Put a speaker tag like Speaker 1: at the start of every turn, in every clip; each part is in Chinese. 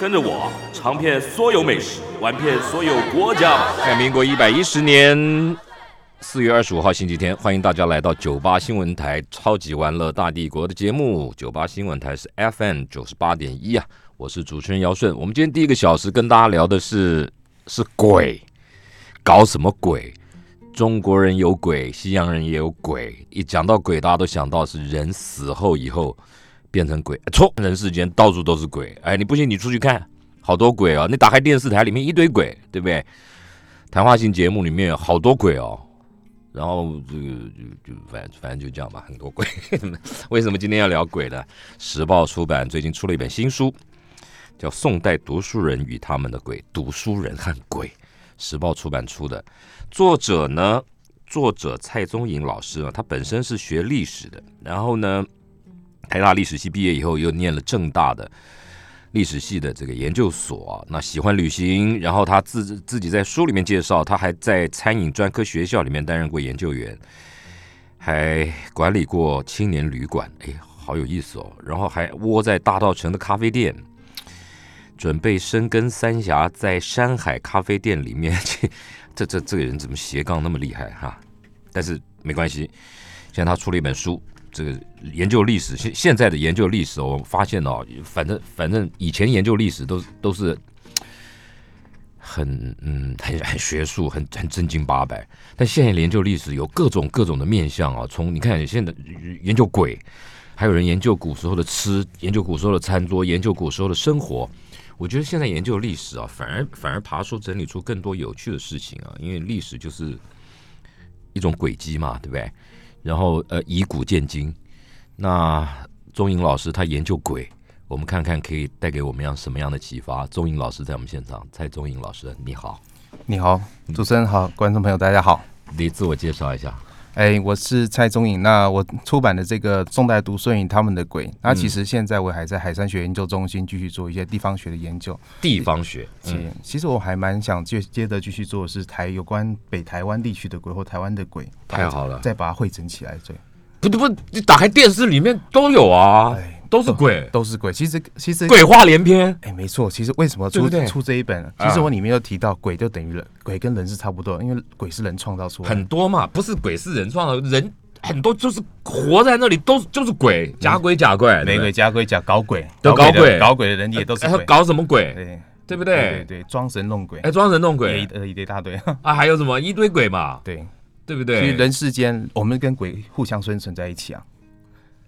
Speaker 1: 跟着我尝遍所有美食，玩遍所有国家吧。
Speaker 2: 在民国一百一十年四月二十五号星期天，欢迎大家来到九八新闻台《超级玩乐大帝国》的节目。九八新闻台是 FM 九十八点一啊，我是主持人姚顺。我们今天第一个小时跟大家聊的是是鬼，搞什么鬼？中国人有鬼，西洋人也有鬼。一讲到鬼，大家都想到是人死后以后变成鬼，哎错，人世间到处都是鬼。哎，你不信你出去看，好多鬼哦。你打开电视台，里面一堆鬼，对不对？谈话性节目里面有好多鬼哦。然后这个就就反反正就这样吧，很多鬼。 为什么今天要聊鬼呢？时报出版最近出了一本新书，叫《宋代读书人与他们的鬼》，读书人和鬼。时报出版出的，作者呢，作者蔡宗颖老师呢，他本身是学历史的，然后呢，台大历史系毕业以后又念了正大的历史系的这个研究所、啊，那喜欢旅行，然后他自自己在书里面介绍，他还在餐饮专科学校里面担任过研究员，还管理过青年旅馆，哎，好有意思哦，然后还窝在大道城的咖啡店。准备深耕三峡，在山海咖啡店里面，这这这这个人怎么斜杠那么厉害哈、但是没关系，现在他出了一本书，这个研究历史，现现在的研究历史，我发现哦，反正反正以前研究历史都都是很嗯很很学术，很很正经八百，但现在研究历史有各种各种的面向啊，从你看现在研究鬼。还有人研究古时候的吃，研究古时候的餐桌，研究古时候的生活，我觉得现在研究历史啊，反而反而爬出整理出更多有趣的事情啊，因为历史就是一种轨迹嘛，对不对？然后呃，以古鉴今。那钟颖老师他研究鬼，我们看看可以带给我们样什么样的启发。钟颖老师在我们现场，蔡钟颖老师你好，
Speaker 3: 你好，
Speaker 2: 嗯
Speaker 3: 主持人好，观众朋友大家好。
Speaker 2: 你自我介绍一下。
Speaker 3: 哎，我是蔡宗颖。那我出版的这个《宋代读孙颖他们的鬼》，那其实现在我还在海山学研究中心继续做一些地方学的研究。
Speaker 2: 地方学，嗯
Speaker 3: 其、其实我还蛮想接接着继续做的是台有关北台湾地区的鬼或台湾的鬼，
Speaker 2: 太好了
Speaker 3: 再把它汇整起来。对，
Speaker 2: 不不，你打开电视里面都有啊
Speaker 3: 哎，
Speaker 2: 都是鬼，
Speaker 3: 都是鬼。其实其实
Speaker 2: 鬼话连篇。
Speaker 3: 哎，没错，其实为什么出
Speaker 2: 对不啊对
Speaker 3: 出这一本？其实我里面又提到，鬼就等于人，鬼跟人是差不多的，因为鬼是人创造出来的。
Speaker 2: 很多嘛，不是鬼是人创造的，人很多就是活在那里都就是鬼，假鬼假怪，
Speaker 3: 玫瑰
Speaker 2: 对
Speaker 3: 家归家，搞鬼
Speaker 2: 都搞
Speaker 3: 的
Speaker 2: 鬼
Speaker 3: 搞鬼的人嗯也都
Speaker 2: 不
Speaker 3: 是
Speaker 2: 对，
Speaker 3: 鬼
Speaker 2: 还，搞什么鬼，
Speaker 3: 对
Speaker 2: 对不
Speaker 3: 对
Speaker 2: 对？
Speaker 3: 对，装神弄鬼，
Speaker 2: 哎，装神弄
Speaker 3: 也一
Speaker 2: 鬼
Speaker 3: 呃一大 堆，
Speaker 2: 啊，还有什么一堆鬼嘛，
Speaker 3: 对，
Speaker 2: 对不
Speaker 3: 所
Speaker 2: 对？
Speaker 3: 以人世间我们跟鬼互相生存在一起啊，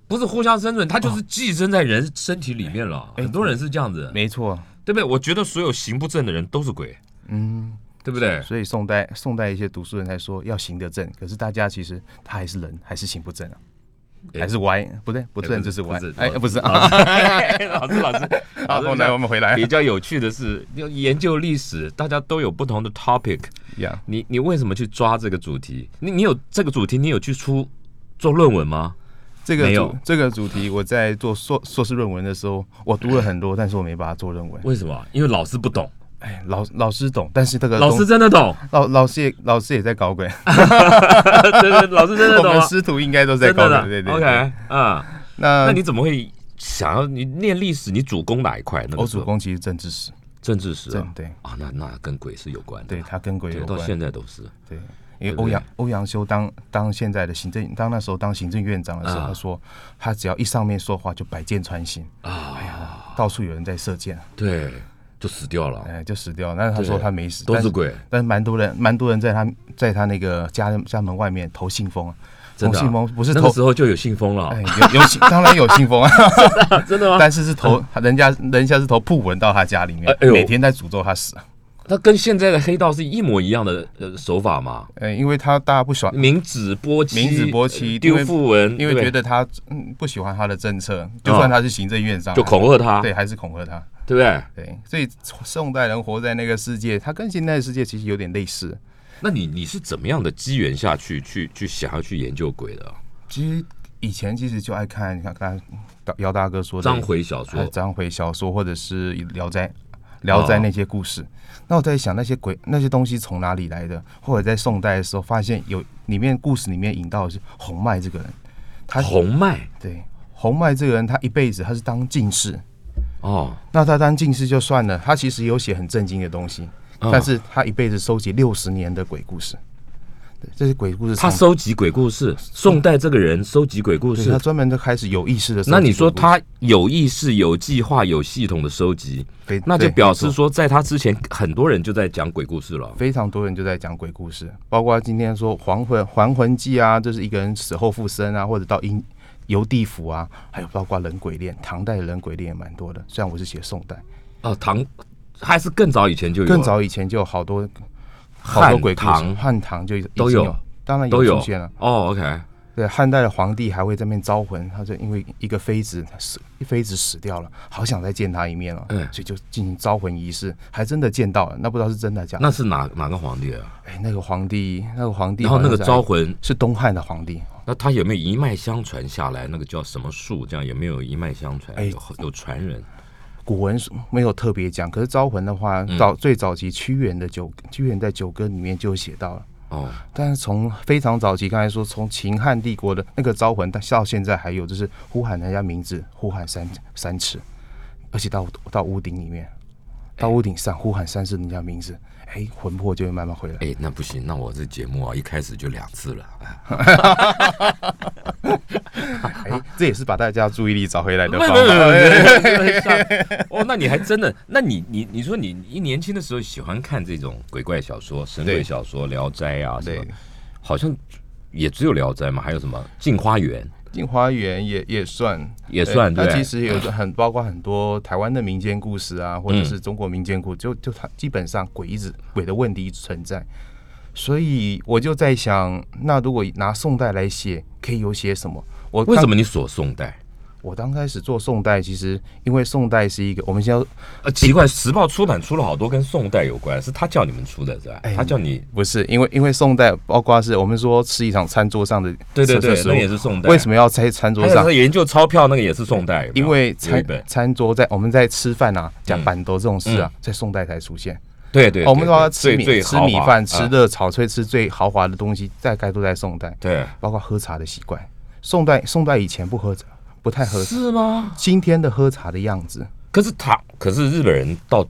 Speaker 2: 不是互相生存，他就是寄生在人身体里面了。
Speaker 3: 啊哎
Speaker 2: 很多人是这样子，
Speaker 3: 没错，
Speaker 2: 对不对？我觉得所有行不正的人都是鬼，
Speaker 3: 嗯，
Speaker 2: 对不对？
Speaker 3: 所以宋代宋代一些读书人才说要行得正，可是大家其实他还是人，还是行不正啊，
Speaker 2: 哎
Speaker 3: 还是歪，不对，不
Speaker 2: 哎
Speaker 3: 正
Speaker 2: 不
Speaker 3: 就是是
Speaker 2: 不
Speaker 3: 歪
Speaker 2: 是，
Speaker 3: 哎，
Speaker 2: 老
Speaker 3: 不是
Speaker 2: 老
Speaker 3: 啊，
Speaker 2: 师哎老师，老师，
Speaker 3: 好，后来我们回来
Speaker 2: 比较有趣的是，要研究历史，大家都有不同的 topic。
Speaker 3: 呀，
Speaker 2: 你你为什么去抓这个主题？你你有这个主题，你有去出做论文吗？
Speaker 3: 这个
Speaker 2: 没有
Speaker 3: 主这个主题我在做硕硕士论文的时候，我读了很多，但是我没把它做论文，
Speaker 2: 为什么？因为老师不懂，
Speaker 3: 哎，老老师懂，但是这个
Speaker 2: 老
Speaker 3: 东
Speaker 2: 师真的 懂，
Speaker 3: 老老师也老师也在搞鬼，
Speaker 2: 对对，老师真的
Speaker 3: 我
Speaker 2: 懂
Speaker 3: 们
Speaker 2: 啊，
Speaker 3: 师徒应该都在
Speaker 2: 真
Speaker 3: 搞
Speaker 2: 的的。，
Speaker 3: 鬼对对对
Speaker 2: OK，啊，
Speaker 3: 那
Speaker 2: 那你怎么会想要你念历史？你主攻哪一块？那
Speaker 3: 我
Speaker 2: 个时
Speaker 3: 主
Speaker 2: 候
Speaker 3: 攻其实政治史，
Speaker 2: 政治史
Speaker 3: 政
Speaker 2: 啊，
Speaker 3: 对
Speaker 2: 啊，那那跟鬼是有关的
Speaker 3: 对，
Speaker 2: 啊，
Speaker 3: 他跟鬼
Speaker 2: 对，
Speaker 3: 有
Speaker 2: 到
Speaker 3: 关，
Speaker 2: 现在都是。
Speaker 3: 对，因
Speaker 2: 对
Speaker 3: 为
Speaker 2: 不对
Speaker 3: 欧阳欧阳修当当现在的行政，当那时候当行政院长的时候，
Speaker 2: 啊
Speaker 3: 他说他只要一上面说话就百箭穿心啊，到处有人在射箭，
Speaker 2: 对，就死掉了，
Speaker 3: 哎，就死掉。但是他说
Speaker 2: 对
Speaker 3: 他没死，
Speaker 2: 都
Speaker 3: 但
Speaker 2: 是鬼。
Speaker 3: 但是蛮多人蛮多人在他在他那个家家门外面投信封啊，
Speaker 2: 真
Speaker 3: 投
Speaker 2: 的啊
Speaker 3: 信封不是
Speaker 2: 那个
Speaker 3: 投
Speaker 2: 时。候就有信封了
Speaker 3: 哎，有有信， 当然有信 封啊，
Speaker 2: 啊，真的吗？
Speaker 3: 但是是投人家人家是投布文到他家里面
Speaker 2: 哎，哎呦
Speaker 3: 每天在诅咒他死。
Speaker 2: 那跟现在的黑道是一模一样的呃手法嘛？
Speaker 3: 呃，因为他大家不喜欢，
Speaker 2: 明子波妻，
Speaker 3: 明子波妻
Speaker 2: 呃
Speaker 3: 因
Speaker 2: 丢
Speaker 3: 为
Speaker 2: 富文，
Speaker 3: 因为
Speaker 2: 对
Speaker 3: 觉得他嗯不喜欢他的政策，就算他是行政院长，啊
Speaker 2: 就恐吓他，
Speaker 3: 对，还是恐吓他。
Speaker 2: 对不对？
Speaker 3: 对，所以宋代人活在那个世界，他跟现在的世界其实有点类似。
Speaker 2: 那你你是怎么样的机缘下去去去想要去研究鬼的啊？
Speaker 3: 其实以前其实就爱看，你看刚才大姚大哥说的
Speaker 2: 章回小
Speaker 3: 还有
Speaker 2: 说，
Speaker 3: 章回小说，或者是《聊斋》《聊斋》那些故
Speaker 2: 哦
Speaker 3: 事。那我在想那些鬼那些东西从哪里来的？或者在宋代的时候，发现有里面故事里面引到的是洪迈这个人，他
Speaker 2: 红脉
Speaker 3: 对洪迈这个人，他一辈子他是当进士，
Speaker 2: 哦，
Speaker 3: 那他当进士就算了，他其实有写很震惊的东西，
Speaker 2: 嗯
Speaker 3: 但是他一辈子收集六十年的鬼故事，对，这些鬼故事
Speaker 2: 他
Speaker 3: 从
Speaker 2: 收集鬼故事，宋代这个人收集鬼故
Speaker 3: 对他
Speaker 2: 事。
Speaker 3: 专门就开始有意识的。
Speaker 2: 那你说他有意识、有计划、有系统的收集，
Speaker 3: 对，
Speaker 2: 那就
Speaker 3: 对
Speaker 2: 表
Speaker 3: 没
Speaker 2: 示
Speaker 3: 错
Speaker 2: 说，在他之前很多人就在讲鬼故事了。
Speaker 3: 非常多人就在讲鬼故事，包括今天说《还魂》《还魂记》啊，就是一个人死后复生啊，或者到阴游地府啊，还有包括人鬼恋，唐代的人鬼恋也蛮多的。虽然我是写宋代，
Speaker 2: 哦，唐还是更早以前就有了，
Speaker 3: 更早以前就有好多好多鬼故事，
Speaker 2: 唐
Speaker 3: 汉唐就已经
Speaker 2: 都有
Speaker 3: 有，当然
Speaker 2: 都有
Speaker 3: 出现了。
Speaker 2: 哦，OK，
Speaker 3: 对，汉代的皇帝还会在那边招魂，他就因为一个妃子死，一妃子死掉了，好想再见他一面哦，
Speaker 2: 嗯
Speaker 3: 所以就进行招魂仪式，还真的见到了，那不知道是真的假的。
Speaker 2: 那是哪哪个皇帝啊？
Speaker 3: 哎，那个皇帝，那个皇帝
Speaker 2: 然
Speaker 3: 好
Speaker 2: 后
Speaker 3: 像是
Speaker 2: 那
Speaker 3: 还，
Speaker 2: 个招魂，
Speaker 3: 是东汉的皇帝，
Speaker 2: 那他有没有一脉相传下来？那个叫什么术？这样有没有一脉相传？
Speaker 3: 哎
Speaker 2: 有有传人？
Speaker 3: 古文没有特别讲，可是招魂的话，
Speaker 2: 嗯
Speaker 3: 早最早期屈原的九屈原在九歌里面就有写到了。
Speaker 2: 哦，
Speaker 3: 但是从非常早期，刚才说从秦汉帝国的那个招魂，但到现在还有，就是呼喊人家名字，呼喊三三次，而且到到屋顶里面，
Speaker 2: 哎
Speaker 3: 到屋顶上呼喊三次人家名字，哎，魂魄就会慢慢回来。
Speaker 2: 哎，那不行，那我这节目啊，一开始就两次了。哎
Speaker 3: 哎，这也是把大家注意力 找回来的
Speaker 2: 啊没
Speaker 3: 方
Speaker 2: 有
Speaker 3: 法。
Speaker 2: 没有没有没有，吓哦，那你还真的，那你你你说你一年轻的时候喜欢看这种鬼怪小说、神鬼
Speaker 3: 对
Speaker 2: 小说、聊斋啊什么
Speaker 3: 对，
Speaker 2: 好像也只有聊斋嘛，还有什么镜花缘？
Speaker 3: 镜花缘也也算
Speaker 2: 也算对
Speaker 3: 那其实有很包括很多台湾的民间故事啊，或者是中国民间故事，就就它基本上鬼一直鬼的问题一直存在，所以我就在想，那如果拿宋代来写，可以有写什么？我
Speaker 2: 为
Speaker 3: 刚
Speaker 2: 什么你锁宋代？
Speaker 3: 我刚开始做宋代，其实因为宋代是一个我们先要
Speaker 2: 呃，奇怪，时报出版出了好多跟宋代有关，是他叫你们出的是吧？他叫你
Speaker 3: 不是因为因为宋代包括是我们说吃一场餐桌上的
Speaker 2: 对对对
Speaker 3: 的时候
Speaker 2: 那也是宋代
Speaker 3: 为什么要在餐桌
Speaker 2: 还有
Speaker 3: 上
Speaker 2: 他？研究钞票那个也是宋代，有没有
Speaker 3: 因为
Speaker 2: 有一
Speaker 3: 餐
Speaker 2: 本嗯
Speaker 3: 餐桌在我们在吃饭啊，讲板头这种事啊，在宋代才出现。
Speaker 2: 对对，
Speaker 3: 哦我们
Speaker 2: 对
Speaker 3: 说要
Speaker 2: 对
Speaker 3: 吃米
Speaker 2: 最最
Speaker 3: 吃
Speaker 2: 豪
Speaker 3: 米
Speaker 2: 华
Speaker 3: 饭、
Speaker 2: 啊
Speaker 3: 吃热炒菜、吃最豪华的东西，大概都在宋代，
Speaker 2: 对
Speaker 3: 包括喝茶的习惯。宋代宋代以前不喝茶，不太喝茶。
Speaker 2: 是吗？
Speaker 3: 今天的喝茶的样子，
Speaker 2: 可是唐，可是日本人到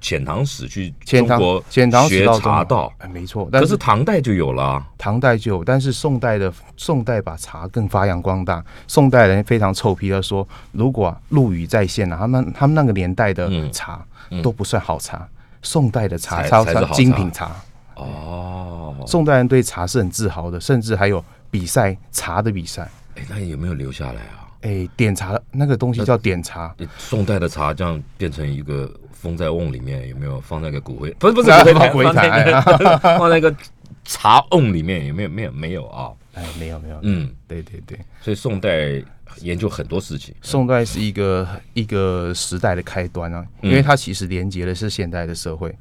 Speaker 2: 遣唐使去
Speaker 3: 钱
Speaker 2: 中
Speaker 3: 塘
Speaker 2: 国
Speaker 3: 钱塘
Speaker 2: 学
Speaker 3: 史到
Speaker 2: 茶
Speaker 3: 中国
Speaker 2: 道，
Speaker 3: 哎，没错。但
Speaker 2: 可是
Speaker 3: 是
Speaker 2: 唐代就有了啊。
Speaker 3: 唐代就有，但是宋代的宋代把茶更发扬光大。宋代人非常臭屁的说，如果啊陆羽在线啊，他们他们那个年代的茶都不算好茶，宋代的茶
Speaker 2: 嗯才
Speaker 3: 叫
Speaker 2: 才是好
Speaker 3: 精
Speaker 2: 茶
Speaker 3: 品茶。
Speaker 2: 哦，
Speaker 3: 宋代人对茶是很自豪的，甚至还有比赛茶的比赛。
Speaker 2: 哎，那有没有留下来啊？
Speaker 3: 哎，点茶那个东西
Speaker 2: 呃
Speaker 3: 叫点茶，
Speaker 2: 诶宋代的茶这样变成一个封在瓮里面，有没有放在一个骨灰？不是不是骨灰坛，
Speaker 3: 骨灰
Speaker 2: 放在一个
Speaker 3: 坛
Speaker 2: 放在一个茶瓮里面，有没有？没有没有啊。
Speaker 3: 哎，没有没有，
Speaker 2: 嗯，
Speaker 3: 对对对，
Speaker 2: 所以宋代研究很多事情。
Speaker 3: 宋代是一个一个时代的开端啊，
Speaker 2: 嗯
Speaker 3: 因为它其实连接的是现代的社会。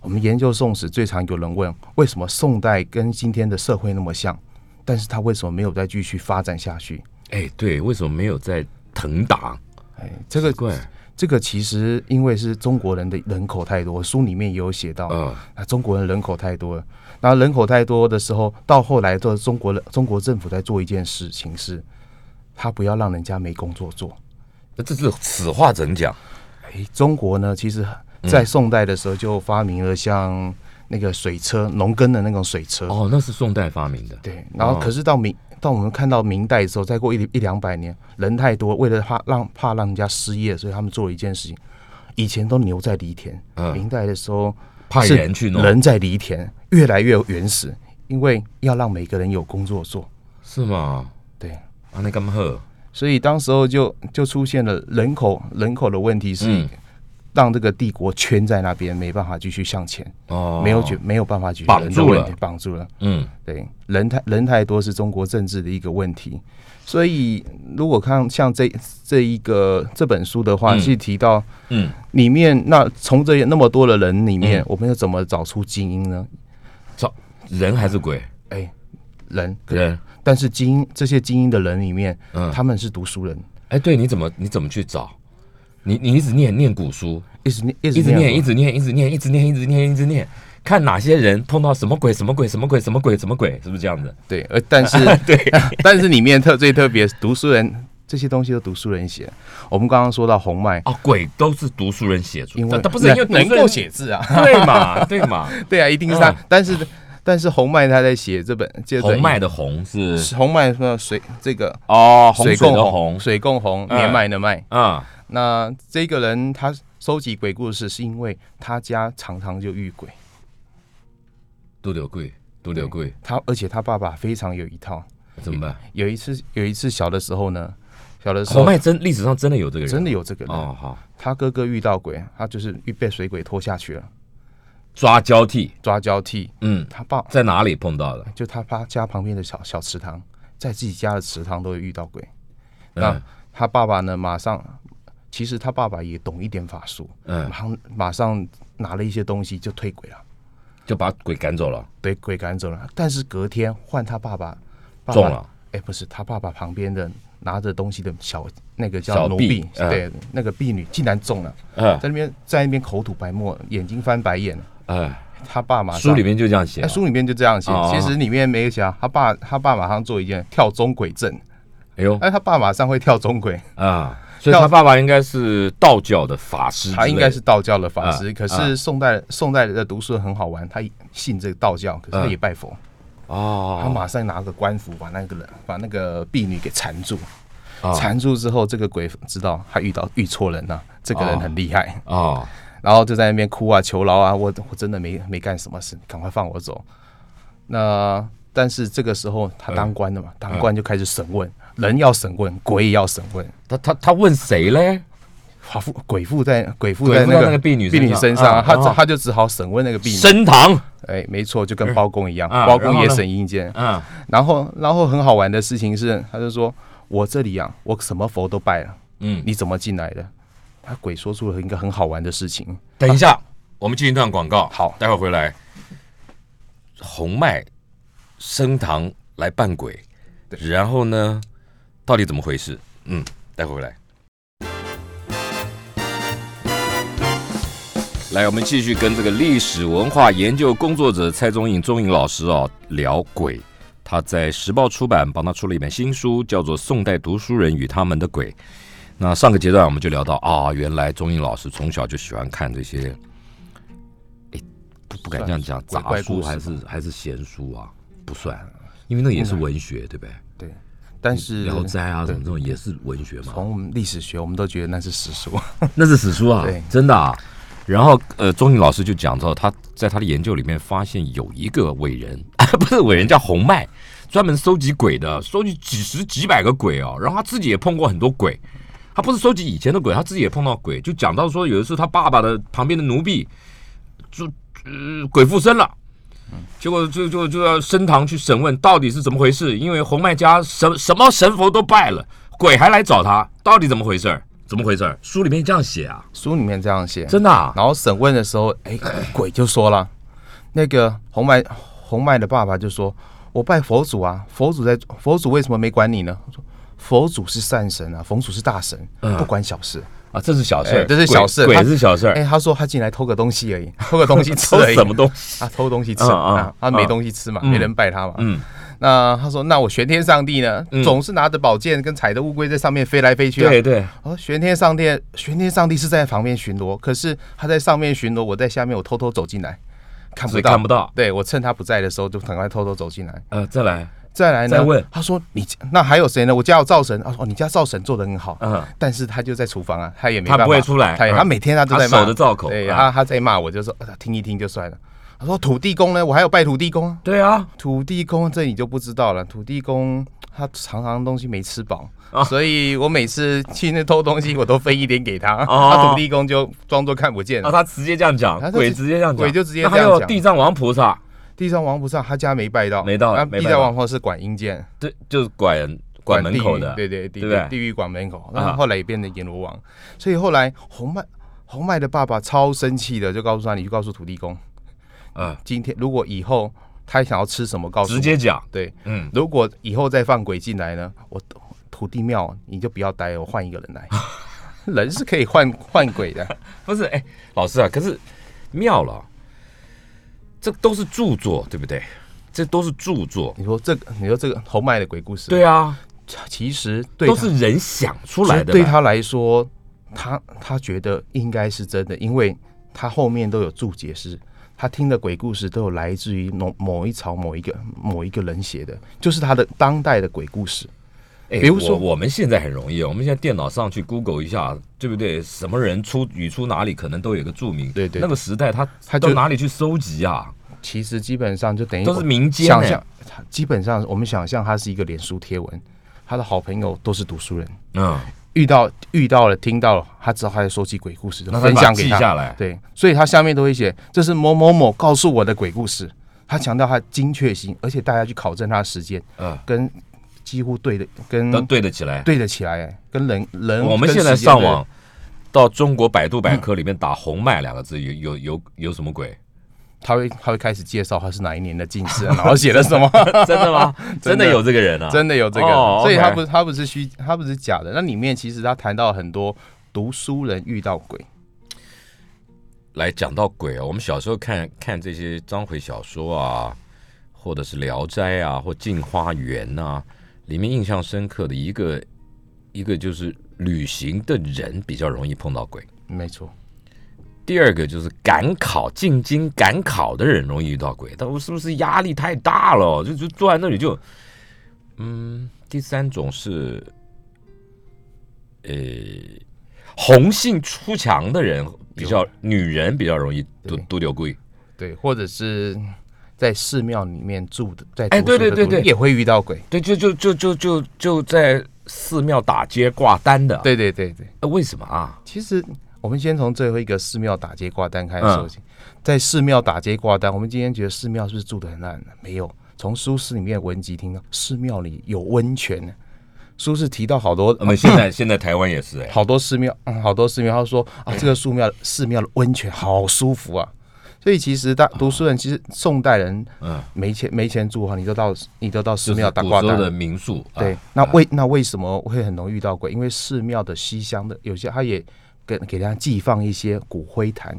Speaker 3: 我们研究宋史，最常有人问，为什么宋代跟今天的社会那么像，但是它为什么没有再继续发展下去？
Speaker 2: 哎，对，为什么没有在腾达？
Speaker 3: 哎，这个
Speaker 2: 怪，
Speaker 3: 这个其实因为是中国人的人口太多，书里面也有写到，
Speaker 2: 嗯
Speaker 3: 那啊中国人人口太多了，然后人口太多的时候，到后来的中国人中国政府在做一件事情是，他不要让人家没工作做。
Speaker 2: 那呃这是此话怎讲？哎
Speaker 3: 诶，中国呢，其实在宋代的时候就发明了像那个水车、农耕的那种水车，
Speaker 2: 哦，那是宋代发明的。
Speaker 3: 对，然后
Speaker 2: 哦
Speaker 3: 可是到明。到我们看到明代的时候，再过一一两百年，人太多，为了怕让怕让人家失业，所以他们做了一件事情。以前都牛在犁田，
Speaker 2: 嗯
Speaker 3: 明代的时候
Speaker 2: 派
Speaker 3: 是
Speaker 2: 人去弄
Speaker 3: 人在犁田，越来越原始，因为要让每个人有工作做。
Speaker 2: 是吗？
Speaker 3: 对，
Speaker 2: 啊，那干嘛喝？
Speaker 3: 所以当时候就就出现了人口人口的问题是，
Speaker 2: 嗯
Speaker 3: 让这个帝国圈在那边，没办法继续向前，
Speaker 2: 哦
Speaker 3: 没有解没有办法解决
Speaker 2: 绑
Speaker 3: 人的
Speaker 2: 住
Speaker 3: 问
Speaker 2: 了
Speaker 3: 题绑住了。
Speaker 2: 嗯
Speaker 3: 对，人太人太多是中国政治的一个问题，所以如果看像这这一个这本书的话，
Speaker 2: 嗯
Speaker 3: 是提到
Speaker 2: 嗯
Speaker 3: 里面那从这那么多的人里面，
Speaker 2: 嗯
Speaker 3: 我们要怎么找出精英呢？
Speaker 2: 人还是鬼
Speaker 3: 哎，人，
Speaker 2: 人？
Speaker 3: 但是精英这些精英的人里面，
Speaker 2: 嗯
Speaker 3: 他们是读书人，
Speaker 2: 哎，对，你怎么你怎么去找？你你一直念念古书，
Speaker 3: 一直念一
Speaker 2: 一
Speaker 3: 直
Speaker 2: 直念，一
Speaker 3: 念，
Speaker 2: 直念，一直念，一直念，一直念，一直念，看哪些人碰到什么鬼，什么鬼，什么鬼，什么鬼，什么鬼，是不是这样子？
Speaker 3: 对，而但是
Speaker 2: 对，
Speaker 3: 但是里面特最特别，读书人这些东西都读书人写。我们刚刚说到红脉，
Speaker 2: 哦，鬼都是读书人写出，
Speaker 3: 因为
Speaker 2: 但但不是因为读
Speaker 3: 能
Speaker 2: 书
Speaker 3: 够
Speaker 2: 人，
Speaker 3: 写字啊，
Speaker 2: 对嘛，对嘛。
Speaker 3: 对啊，一定是他。
Speaker 2: 嗯
Speaker 3: 但是但是红脉他在写这本，接着
Speaker 2: 红脉的红是
Speaker 3: 红脉那水这个
Speaker 2: 哦，洪
Speaker 3: 水
Speaker 2: 水
Speaker 3: 共
Speaker 2: 的
Speaker 3: 红，
Speaker 2: 红，
Speaker 3: 水共红，
Speaker 2: 嗯
Speaker 3: 年迈的迈。
Speaker 2: 啊，
Speaker 3: 那这个人他收集鬼故事，是因为他家常常就遇鬼，
Speaker 2: 杜柳贵，杜柳贵
Speaker 3: 他而且他爸爸非常有一套。
Speaker 2: 怎么办？
Speaker 3: 有一次有一次小的时候呢，小的时
Speaker 2: 红
Speaker 3: 候
Speaker 2: 脉真历史上真的有这个人，
Speaker 3: 真的有这个人，
Speaker 2: 哦，好
Speaker 3: 他哥哥遇到鬼，他就是遇被水鬼拖下去了，
Speaker 2: 抓交替，
Speaker 3: 抓交替。
Speaker 2: 嗯，
Speaker 3: 他爸
Speaker 2: 在哪里碰到的？
Speaker 3: 就他爸家旁边的小小池塘，在自己家的池塘都会遇到鬼。那
Speaker 2: 嗯
Speaker 3: 他爸爸呢，马上，其实他爸爸也懂一点法术，
Speaker 2: 嗯
Speaker 3: 马，上马上拿了一些东西就退鬼了，
Speaker 2: 就把鬼赶走了，
Speaker 3: 被鬼赶走了。但是隔天换他爸爸，爸爸
Speaker 2: 中了，
Speaker 3: 哎、不是他爸爸旁边的拿着东西的小那个叫
Speaker 2: 小
Speaker 3: 奴
Speaker 2: 婢
Speaker 3: 婢，
Speaker 2: 嗯
Speaker 3: 对，那个婢女竟然中了，
Speaker 2: 嗯
Speaker 3: 在那边在那边口吐白沫，眼睛翻白眼。
Speaker 2: 嗯，
Speaker 3: 他爸马上
Speaker 2: 书里面就这样写
Speaker 3: 哎，，书里面就这样写。
Speaker 2: 哦
Speaker 3: 其实里面没有讲，他爸他爸马上做一件跳钟鬼阵，
Speaker 2: 哎呦
Speaker 3: 哎，他爸马上会跳钟鬼，
Speaker 2: 啊，所以他爸爸应该是道教的法师之类的，
Speaker 3: 他应该是道教的法师。
Speaker 2: 啊
Speaker 3: 可
Speaker 2: 啊
Speaker 3: 是宋代宋代的读书人很好玩，他信这个道教，可是
Speaker 2: 嗯
Speaker 3: 他也拜佛，他
Speaker 2: 哦，
Speaker 3: 马上拿个官服把那个人把那个婢女给缠住，
Speaker 2: 哦
Speaker 3: 缠住之后，这个鬼知道他遇到遇错人了、这个人
Speaker 2: 啊
Speaker 3: 很厉害，
Speaker 2: 哦，
Speaker 3: 然后就在那边哭啊求饶啊，我我真的没没干什么事，赶快放我走。那但是这个时候他当官
Speaker 2: 嗯
Speaker 3: 的嘛，当官就开始审问，人要审问，鬼也要审问。
Speaker 2: 他他他问谁嘞？
Speaker 3: 华妇鬼妇在鬼妇
Speaker 2: 鬼
Speaker 3: 在
Speaker 2: 附
Speaker 3: 那
Speaker 2: 在
Speaker 3: 个
Speaker 2: 那个婢女
Speaker 3: 婢
Speaker 2: 身
Speaker 3: 女
Speaker 2: 上
Speaker 3: 身
Speaker 2: 啊
Speaker 3: 上，他
Speaker 2: 然后
Speaker 3: 他就只好审问那个婢女。
Speaker 2: 升堂，
Speaker 3: 哎，没错，就跟包公一样，
Speaker 2: 啊
Speaker 3: 包
Speaker 2: 然
Speaker 3: 公
Speaker 2: 后
Speaker 3: 也
Speaker 2: 呢
Speaker 3: 审阴间。
Speaker 2: 嗯，
Speaker 3: 然后然后很好玩的事情是，他就说我这里啊，我什么佛都拜了，
Speaker 2: 嗯
Speaker 3: 你怎么进来的？他鬼说出了一个很好玩的事情，
Speaker 2: 等一下，我们进一段广告，
Speaker 3: 好
Speaker 2: 待会儿回来。红脉升堂来扮鬼，然后呢，到底怎么回事？嗯，待会儿回来。来，我们继续跟这个历史文化研究工作者蔡宗颖、宗颖老师哦聊鬼。他在时报出版帮他出了一本新书，叫做《宋代读书人与他们的鬼》。那上个阶段我们就聊到啊，原来钟颖老师从小就喜欢看这些，哎，不不敢这样讲，
Speaker 3: 算
Speaker 2: 杂
Speaker 3: 是鬼怪
Speaker 2: 书
Speaker 3: 故事
Speaker 2: 还是还是闲书啊？不算，因为那个也是文学，对不对？
Speaker 3: 对，但是
Speaker 2: 聊斋啊，什么这种也是文学嘛，
Speaker 3: 从我们历史学，我们都觉得那是史书，
Speaker 2: 那是史书啊
Speaker 3: 对，
Speaker 2: 真的啊。然后呃，钟颖老师就讲到，他在他的研究里面发现有一个伟人， 不是伟人叫洪迈，专门收集鬼的，收集几十几百个鬼哦。然后他自己也碰过很多鬼，他不是收集以前的鬼，他自己也碰到鬼。就讲到说，有一次他爸爸的旁边的奴婢就呃鬼附身了。结果就就就要升堂去审问到底是怎么回事，因为洪迈家什什么神佛都拜了，鬼还来找他，到底怎么回事儿？怎么回事儿？书里面这样写啊，
Speaker 3: 书里面这样写。
Speaker 2: 真的、啊。
Speaker 3: 然后审问的时候，哎，鬼就说了，那个红麦红麦的爸爸就说：“我拜佛祖啊，佛祖在，佛祖为什么没管你呢？”我说佛祖是善神啊，佛祖是大神，
Speaker 2: 嗯
Speaker 3: 不管小事。
Speaker 2: 啊，这是小事
Speaker 3: 哎
Speaker 2: 儿，
Speaker 3: 这是
Speaker 2: 鬼
Speaker 3: 小事
Speaker 2: 鬼
Speaker 3: 他
Speaker 2: 是小事
Speaker 3: 哎、
Speaker 2: 儿，
Speaker 3: 他说他进来偷个东西而已， 偷个东西
Speaker 2: 偷
Speaker 3: 吃而已。
Speaker 2: 什么东西？
Speaker 3: 啊，偷东西吃、
Speaker 2: 嗯嗯
Speaker 3: 啊，他没
Speaker 2: 嗯
Speaker 3: 东西吃嘛，没人拜他嘛。
Speaker 2: 嗯，
Speaker 3: 那他说：“那我玄天上帝呢？
Speaker 2: 嗯
Speaker 3: 总是拿着宝剑跟踩着乌龟在上面飞来飞去啊。
Speaker 2: 对对，
Speaker 3: 哦，玄天上帝，玄天上帝是在旁边巡逻，可是他在上面巡逻，我在下面，我偷偷走进来，看
Speaker 2: 所
Speaker 3: 不
Speaker 2: 以
Speaker 3: 到，
Speaker 2: 看不到。
Speaker 3: 对我趁他不在的时候，就赶快偷偷走进来。
Speaker 2: 呃，再来，
Speaker 3: 再来呢？
Speaker 2: 再问
Speaker 3: 他说你那还有谁呢？我家有灶神，他说哦，你家灶神做的很好，
Speaker 2: 嗯
Speaker 3: 但是他就在厨房啊，他也没办
Speaker 2: 他
Speaker 3: 法
Speaker 2: 不会出来
Speaker 3: 他也
Speaker 2: 嗯
Speaker 3: 他每天他都在
Speaker 2: 他
Speaker 3: 骂，
Speaker 2: 守着灶口
Speaker 3: 对，
Speaker 2: 嗯
Speaker 3: 他他在骂我，就说呃听一听就算了。他说土地公呢，我还有拜土地公啊，
Speaker 2: 对啊，
Speaker 3: 土地公这你就不知道了，土地公他常常东西没吃饱。
Speaker 2: 啊
Speaker 3: 所以我每次去那偷东西，我都分一点给他，
Speaker 2: 哦
Speaker 3: 他土地公就装作看不见。
Speaker 2: 啊，他直接这样讲
Speaker 3: 他，就
Speaker 2: 鬼
Speaker 3: 直
Speaker 2: 直接这样讲，
Speaker 3: 鬼就直接
Speaker 2: 那
Speaker 3: 这
Speaker 2: 还
Speaker 3: 样
Speaker 2: 有
Speaker 3: 讲
Speaker 2: 地藏王菩萨，
Speaker 3: 地藏王菩萨他家没拜到，
Speaker 2: 没到
Speaker 3: 那
Speaker 2: 没拜
Speaker 3: 地
Speaker 2: 到
Speaker 3: 藏王菩萨是管阴间，
Speaker 2: 对，就是管人管门口的，
Speaker 3: 地狱对对地
Speaker 2: 对不对
Speaker 3: 地狱管门
Speaker 2: 啊
Speaker 3: 口，然后后来也变成阎罗王，所以后来红麦红麦的爸爸超生气的，就告诉他，你去告诉土地公，
Speaker 2: 嗯，
Speaker 3: 今天如果以后他想要吃什么，告诉我
Speaker 2: 直接讲，
Speaker 3: 对，
Speaker 2: 嗯，
Speaker 3: 如果以后再放鬼进来呢，我土地庙你就不要待了，我换一个人来， 人是可以换换鬼的，
Speaker 2: 不是，哎，老师啊，可是妙了，这都是著作，对不对？这都是著作，
Speaker 3: 你说这个，你说这个红麦的鬼故事，
Speaker 2: 对啊，
Speaker 3: 其实对
Speaker 2: 都
Speaker 3: 他
Speaker 2: 是人想出来的
Speaker 3: 对
Speaker 2: 啦，
Speaker 3: 他来说，他他觉得应该是真的，因为他后面都有注解是。他听的鬼故事都有来自于某某一朝某一个某一个人写的，就是他的当代的鬼故事。
Speaker 2: 哎
Speaker 3: 比如说
Speaker 2: 我我们现在很容易，我们现在电脑上去 Google 一下，对不对？什么人出语出哪里，可能都有个注明，
Speaker 3: 对对
Speaker 2: 那个时代他
Speaker 3: 他
Speaker 2: 到
Speaker 3: 就
Speaker 2: 哪里去搜集啊？
Speaker 3: 其实基本上就等于
Speaker 2: 都是民间
Speaker 3: 想
Speaker 2: 欸
Speaker 3: 象，基本上我们想象他是一个脸书贴文，他的好朋友都是读书人，
Speaker 2: 嗯，
Speaker 3: 遇到遇到了听到了，他知道他在说起鬼故事，就
Speaker 2: 那他
Speaker 3: 分
Speaker 2: 把它
Speaker 3: 享给
Speaker 2: 记
Speaker 3: 他
Speaker 2: 下来
Speaker 3: 对，所以他下面都会写这是某某某告诉我的鬼故事。他强调他的精确性，而且大家去考证他的时间，
Speaker 2: 嗯
Speaker 3: 跟几乎对的跟
Speaker 2: 都对得起来。
Speaker 3: 对得起来，跟人人
Speaker 2: 我们
Speaker 3: 嗯跟
Speaker 2: 现在
Speaker 3: 时间嗯
Speaker 2: 上
Speaker 3: 的
Speaker 2: 网到中国百度百科里面打“红麦”两个字，有有有有什么鬼？
Speaker 3: 他会他会开始介绍他是哪一年的进士，然后写了 什么，
Speaker 2: 真的 吗？真
Speaker 3: 真的
Speaker 2: 的有这个人啊？
Speaker 3: 真的有这个，
Speaker 2: 哦
Speaker 3: 所以
Speaker 2: OK
Speaker 3: 他不他不是虚，他不是假的。那里面其实他谈到很多读书人遇到鬼，
Speaker 2: 来讲到鬼啊，我们小时候看看这些章回小说啊，或者是《聊斋》啊，或《镜花缘》呐，里面印象深刻的一个一个就是旅行的人比较容易碰到鬼，
Speaker 3: 没错，
Speaker 2: 第二个就是赶考进京赶考的人容易遇到鬼，但我是不是压力太大了？就就坐在那里就，嗯，第三种是，呃，红杏出墙的人比较，女人比较容易都
Speaker 3: 对
Speaker 2: 都丢鬼。
Speaker 3: 对，或者是在寺庙里面住的，在
Speaker 2: 哎
Speaker 3: 读书
Speaker 2: 对
Speaker 3: 的
Speaker 2: 对对
Speaker 3: 读
Speaker 2: 对
Speaker 3: 也会遇到鬼，
Speaker 2: 对，就就就就就就在寺庙打街挂单的，
Speaker 3: 对对对对。
Speaker 2: 呃，为什么啊？
Speaker 3: 其实我们先从最后一个寺庙打街挂单开始说
Speaker 2: 嗯
Speaker 3: 起，在寺庙打街挂单，我们今天觉得寺庙是不是住的很烂呢？没有，从苏轼里面的文集听到寺庙里有温泉呢。苏轼提到好多
Speaker 2: 我们现在现在台湾也是哎，
Speaker 3: 好多寺庙，嗯，好多寺庙，他说啊，这个寺庙寺庙的温泉好舒服啊。所以其实大读书人，其实宋代人，
Speaker 2: 嗯
Speaker 3: 嗯，没钱没钱住哈，你都到你都到寺
Speaker 2: 就是
Speaker 3: 庙打
Speaker 2: 古
Speaker 3: 挂
Speaker 2: 时候
Speaker 3: 单。
Speaker 2: 的民宿，啊
Speaker 3: 对，那为那为什么会很容易遇到鬼？因为寺庙的西厢的有些，他也给给他寄放一些骨灰坛，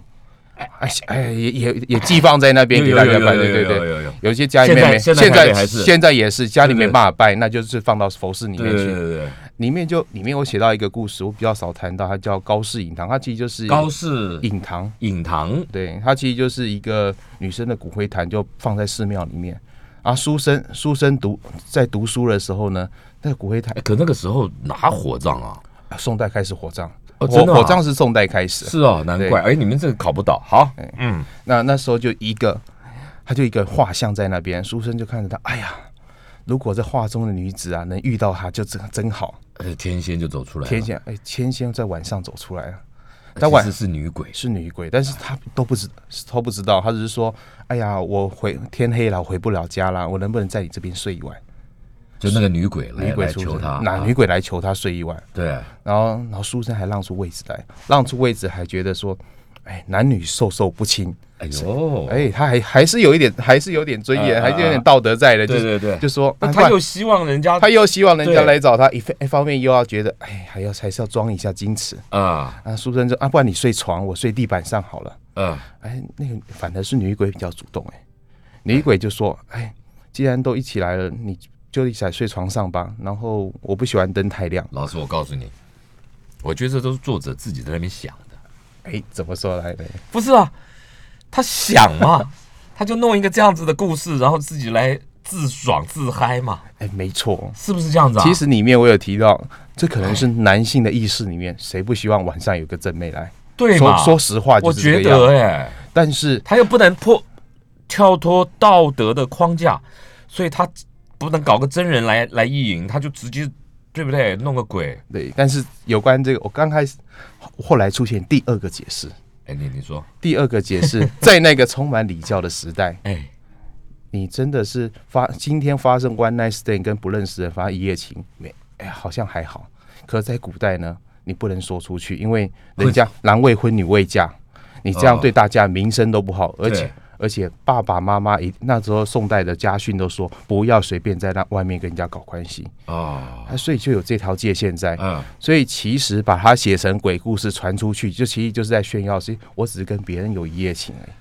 Speaker 3: 哎哎，也也也寄放在那边
Speaker 2: 有
Speaker 3: 给
Speaker 2: 有
Speaker 3: 大
Speaker 2: 有
Speaker 3: 家拜，
Speaker 2: 有
Speaker 3: 对对
Speaker 2: 有有
Speaker 3: 对。
Speaker 2: 有有，
Speaker 3: 有些家里
Speaker 2: 现
Speaker 3: 面
Speaker 2: 在
Speaker 3: 没，
Speaker 2: 现
Speaker 3: 现
Speaker 2: 在台北还是
Speaker 3: 现在也是家里
Speaker 2: 对
Speaker 3: 没
Speaker 2: 对
Speaker 3: 办法拜，那就是放到佛寺里
Speaker 2: 对
Speaker 3: 面
Speaker 2: 对
Speaker 3: 去
Speaker 2: 对。对对。
Speaker 3: 里面就里面我写到一个故事，我比较少谈到，它叫高氏隐堂，它其实就是
Speaker 2: 高士
Speaker 3: 隐堂，
Speaker 2: 隐堂，
Speaker 3: 对，它其实就是一个女生的骨灰坛，就放在寺庙里面。啊，书生书生读在读书的时候呢，那个骨灰坛
Speaker 2: 哎，可那个时候拿火葬啊，
Speaker 3: 啊宋代开始火葬，
Speaker 2: 哦
Speaker 3: 火
Speaker 2: 真的啊
Speaker 3: 火葬是宋代开始，
Speaker 2: 是哦，难怪，哎，你们这个考不到，好，
Speaker 3: 哎
Speaker 2: 嗯，
Speaker 3: 那那时候就一个，他就一个画像在那边，书生就看着他，哎呀。如果这画中的女子啊，能遇到她就真真好。
Speaker 2: 呃天仙就走出来了，
Speaker 3: 天仙哎，天仙在晚上走出来了，
Speaker 2: 其
Speaker 3: 在晚
Speaker 2: 实是女鬼，
Speaker 3: 是女鬼，但是她都不知都不知道，她只是说：“哎呀，我回天黑了，我回不了家了，我能不能在你这边睡一晚
Speaker 2: 就那个女鬼？”来
Speaker 3: 女鬼
Speaker 2: 来
Speaker 3: 出
Speaker 2: 求
Speaker 3: 生
Speaker 2: 他，
Speaker 3: 哪
Speaker 2: 啊
Speaker 3: 女鬼来求她睡一晚？
Speaker 2: 对，
Speaker 3: 然后，然后书生还让出位置来，让出位置还觉得说：“哎，男女授受不亲。
Speaker 2: 哎呦，
Speaker 3: 哎，他还还是有一点，还是有点尊严，
Speaker 2: 啊
Speaker 3: 还是有点道德在的。
Speaker 2: 对
Speaker 3: 就是
Speaker 2: 对对
Speaker 3: 就说
Speaker 2: 那
Speaker 3: 难
Speaker 2: 他
Speaker 3: 怪
Speaker 2: 又希望人家
Speaker 3: 他又希望人
Speaker 2: 对
Speaker 3: 家来找他，一方一方面又要觉得，哎，还要还是要装一下矜持
Speaker 2: 啊
Speaker 3: 啊。书生说：“啊，不然你睡床，我睡地板上好了。”
Speaker 2: 啊，
Speaker 3: 哎，那个反而是女鬼比较主动哎、女鬼就说：“哎，既然都一起来了，你就一起来睡床上吧。然后我不喜欢灯太亮。
Speaker 2: 老师，我告诉你，我觉得这都是作者自己在那边想的，”
Speaker 3: 哎，怎么说来的？
Speaker 2: 不 是啊，他想嘛，他就弄一个这样子的故事，然后自己来自爽自嗨嘛，
Speaker 3: 哎，没错。
Speaker 2: 是不哎是这样子啊？
Speaker 3: 其实里面我有提到，这可能是男性的意识里面，谁不希望晚上有个正妹来？
Speaker 2: 对
Speaker 3: 说
Speaker 2: 嘛，
Speaker 3: 说实话，
Speaker 2: 我
Speaker 3: 就是
Speaker 2: 觉
Speaker 3: 这个
Speaker 2: 得
Speaker 3: 样
Speaker 2: 哎、
Speaker 3: 但是
Speaker 2: 他又不能破跳脱道德的框架，所以他不能搞个真人来来意淫，他就直接对不对？弄个鬼，
Speaker 3: 对，但是有关这个，我刚开始后来出现第二个解释，
Speaker 2: 哎，你你说，
Speaker 3: 第二个 解释，在那个充满礼教的时代，
Speaker 2: 哎，
Speaker 3: 你真的是发今天发生 one night stand 跟不认识的人发生一夜情，没哎好像还好，可是在古代呢，你不能说出去，因为人家男未婚女未嫁，你这样
Speaker 2: 哦
Speaker 3: 对大家名声都不好，而且
Speaker 2: 对。
Speaker 3: 而且爸爸妈妈一那时候宋代的家训都说不要随便在那外面跟人家搞关系，
Speaker 2: 哦，
Speaker 3: 啊所以就有这条界限在。
Speaker 2: 嗯，
Speaker 3: 所以其实把它写成鬼故事传出去，就其实就是在炫耀，是我只是跟别人有一夜情而已。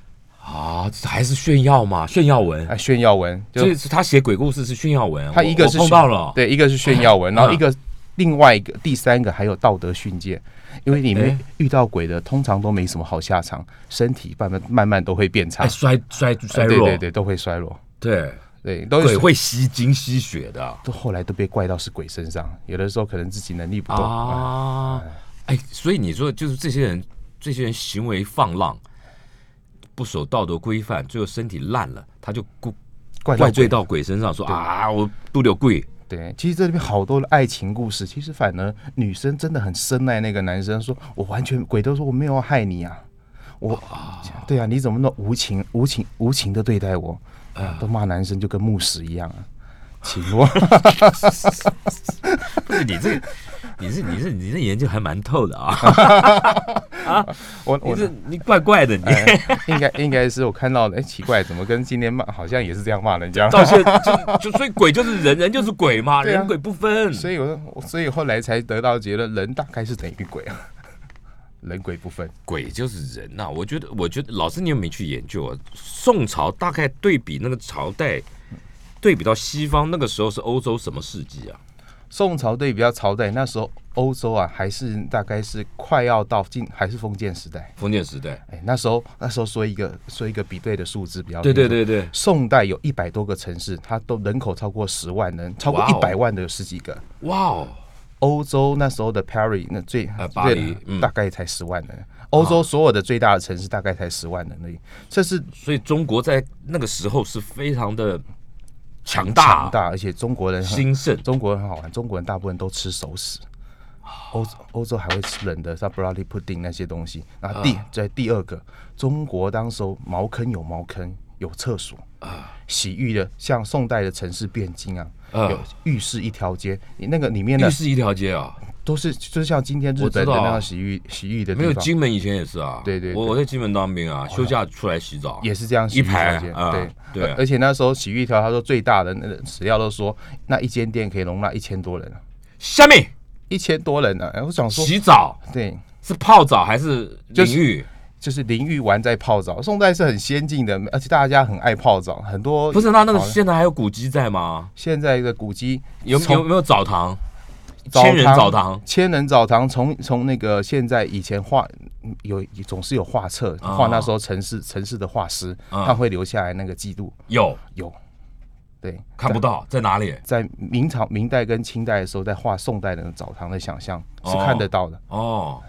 Speaker 2: 啊，这还是炫耀嘛，炫耀文。
Speaker 3: 哎，炫耀文就
Speaker 2: 这是他写鬼故事是炫耀文，
Speaker 3: 他
Speaker 2: 我
Speaker 3: 一个
Speaker 2: 我
Speaker 3: 是
Speaker 2: 碰
Speaker 3: 炫
Speaker 2: 到了，
Speaker 3: 对，一个是炫耀文，然
Speaker 2: 嗯
Speaker 3: 后一个另外一个第三个还有道德训诫，因为你
Speaker 2: 哎
Speaker 3: 们遇到鬼的通常都没什么好下场，身体慢慢慢慢都会变差
Speaker 2: 哎，，衰衰衰
Speaker 3: 对
Speaker 2: 弱，
Speaker 3: 对对，都会衰弱，
Speaker 2: 对
Speaker 3: 对，都
Speaker 2: 鬼
Speaker 3: 是
Speaker 2: 会吸精吸血的
Speaker 3: 都后来都被怪到是鬼身上，有的时候可能自己能力不够，啊
Speaker 2: 啊，哎，所以你说就是这些人，这些人行为放浪，不守道德规范，最后身体烂了，他就故
Speaker 3: 怪
Speaker 2: 怪
Speaker 3: 到
Speaker 2: 罪
Speaker 3: 鬼。
Speaker 2: 到鬼身上，说啊，我不留贵，
Speaker 3: 对，其实这里面好多的爱情故事，其实反而女生真的很深爱那个男生，说我完全鬼都说我没有要害你啊，我，对啊，你怎么那么无情无情无情的对待我，都骂男生就跟牧师一样啊，请我，
Speaker 2: 不是你这，你这你这你这研究还蛮透的啊，
Speaker 3: 我
Speaker 2: 你
Speaker 3: 我哎
Speaker 2: 这你怪怪的，你
Speaker 3: 应该应该是我看到的，哎，奇怪，怎么跟今天骂好像也是这样骂人家，
Speaker 2: 到现在就就所以鬼就是人，人就是鬼嘛，
Speaker 3: 对啊
Speaker 2: 人鬼不分，
Speaker 3: 所以我说我所以后来才得到结论，人大概是等于鬼啊，人鬼不分，
Speaker 2: 鬼就是人呐、我觉得，我觉得老师你有没有去研究啊？宋朝大概对比那个朝代，对比到西方那个时候是欧洲什么世纪啊？
Speaker 3: 宋朝对比较朝代，那时候欧洲啊，还是大概是快要到进，还是封建时代。
Speaker 2: 封建时代。
Speaker 3: 哎，那时候那时候说一个说一个比对的数字比较
Speaker 2: 对对
Speaker 3: 清楚。
Speaker 2: 对对，
Speaker 3: 宋代有一百多个城市，它都人口超过十万人，超过
Speaker 2: 哇哦
Speaker 3: 一百万的有十几个。
Speaker 2: 哇哦，
Speaker 3: 欧洲那时候的 Paris 那最
Speaker 2: 呃巴黎
Speaker 3: 最
Speaker 2: 嗯啊
Speaker 3: 大概才十万人，欧洲所有的最大的城市大概才十万人而已，这是
Speaker 2: 所以中国在那个时候是非常的强大、啊
Speaker 3: 强大，而且中国人很
Speaker 2: 兴盛。
Speaker 3: 中国人很好玩，中国人大部分都吃熟食，欧欧洲还会吃冷的，像 brownie pudding 那些东西。然后第
Speaker 2: 啊
Speaker 3: 在、第二个，中国当时候茅坑有茅坑，有厕所洗浴的，像宋代的城市汴京啊，
Speaker 2: 啊
Speaker 3: 有浴室一条街，你那个里面呢
Speaker 2: 浴室一条街啊，
Speaker 3: 都是就是像今天日
Speaker 2: 我知
Speaker 3: 本的
Speaker 2: 道啊
Speaker 3: 那样洗浴洗浴的
Speaker 2: 没
Speaker 3: 地
Speaker 2: 有
Speaker 3: 方，
Speaker 2: 金门以前也是啊。
Speaker 3: 对对对
Speaker 2: 我我在金门当兵啊，休假出来洗澡
Speaker 3: 也是这样洗
Speaker 2: 一
Speaker 3: 浴条
Speaker 2: 排
Speaker 3: 街
Speaker 2: 啊
Speaker 3: 对。
Speaker 2: 对
Speaker 3: 而而且那时候洗浴条，他说最大的那个史料都说那一间店可以容纳一千多人啊，
Speaker 2: 下面
Speaker 3: 一千多人呢、啊。哎，我想说，
Speaker 2: 洗澡
Speaker 3: 对，
Speaker 2: 是泡澡还是
Speaker 3: 就
Speaker 2: 淋
Speaker 3: 是
Speaker 2: 浴？
Speaker 3: 就是淋浴完再泡澡。宋代是很先进的，而且大家很爱泡澡，很多
Speaker 2: 不是，那那个
Speaker 3: 好
Speaker 2: 现在还有古迹在吗？
Speaker 3: 现在的古迹
Speaker 2: 有
Speaker 3: 从
Speaker 2: 有没有澡堂？千人澡堂，
Speaker 3: 千人澡堂从从那个现在以前画嗯有总是有画册，
Speaker 2: 啊
Speaker 3: 画那时候城市城市的画师，
Speaker 2: 啊
Speaker 3: 他会留下来那个记录
Speaker 2: 有，
Speaker 3: 有。对，
Speaker 2: 看不到在哪里？
Speaker 3: 在明朝、明代跟清代的时候，在画宋代的澡堂的想象是
Speaker 2: 哦
Speaker 3: 看得到的，
Speaker 2: 哦，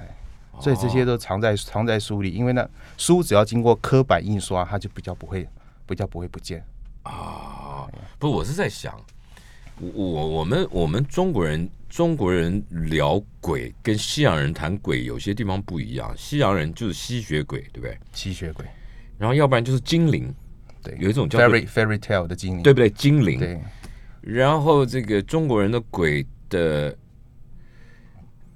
Speaker 3: 所以这些都藏在藏在书里，因为那书只要经过刻板印刷，它就比较不会比较不会不见。
Speaker 2: 啊不，我是在想，我我我们我们中国人中国人聊鬼跟西洋人谈鬼有些地方不一样，西洋人就是吸血鬼，对不对？
Speaker 3: 吸血鬼，
Speaker 2: 然后要不然就是精灵，
Speaker 3: 对，
Speaker 2: 有一种叫
Speaker 3: fairy fairy tale 的精灵，
Speaker 2: 对不对？精灵，
Speaker 3: 嗯对
Speaker 2: 然后这个中国人的鬼的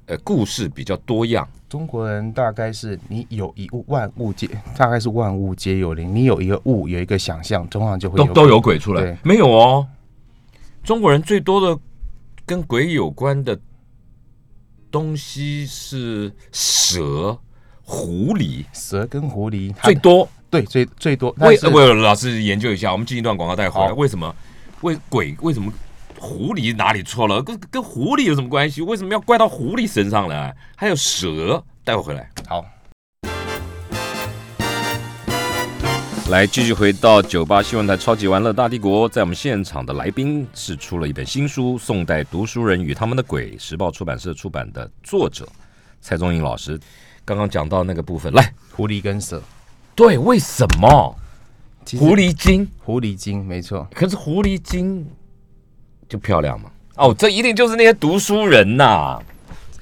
Speaker 2: 呃故事比较多样，
Speaker 3: 中国人大概是你有一物万物皆大概是万物皆有灵，你有一个物有一个想象，通常就会
Speaker 2: 都
Speaker 3: 有
Speaker 2: 都有鬼出来
Speaker 3: 对，
Speaker 2: 没有哦。中国人最多的跟鬼有关的东西是蛇、狐狸
Speaker 3: 蛇跟狐狸，它
Speaker 2: 最多。
Speaker 3: 对最最多，但
Speaker 2: 为
Speaker 3: 是
Speaker 2: 呃为了老师研究一下，我们进一段广告带回来。
Speaker 3: 好
Speaker 2: 为什么？为鬼为什么？狐狸哪里错了？跟跟狐狸有什么关系？为什么要怪到狐狸身上来？还有蛇，带回来。
Speaker 3: 好。
Speaker 1: 来，继续回到九八新闻台《超级玩乐大帝国》。在我们现场的来宾是出了一本新书《宋代读书人与他们的鬼》，时报出版社出版的，作者蔡宗颖老师。刚刚讲到那个部分，来，
Speaker 3: 狐狸跟蛇，
Speaker 2: 对，为什么
Speaker 3: 其实
Speaker 2: 狐狸精？
Speaker 3: 狐狸精没错，
Speaker 2: 可是狐狸精就漂亮嘛？哦，这一定就是那些读书人呐、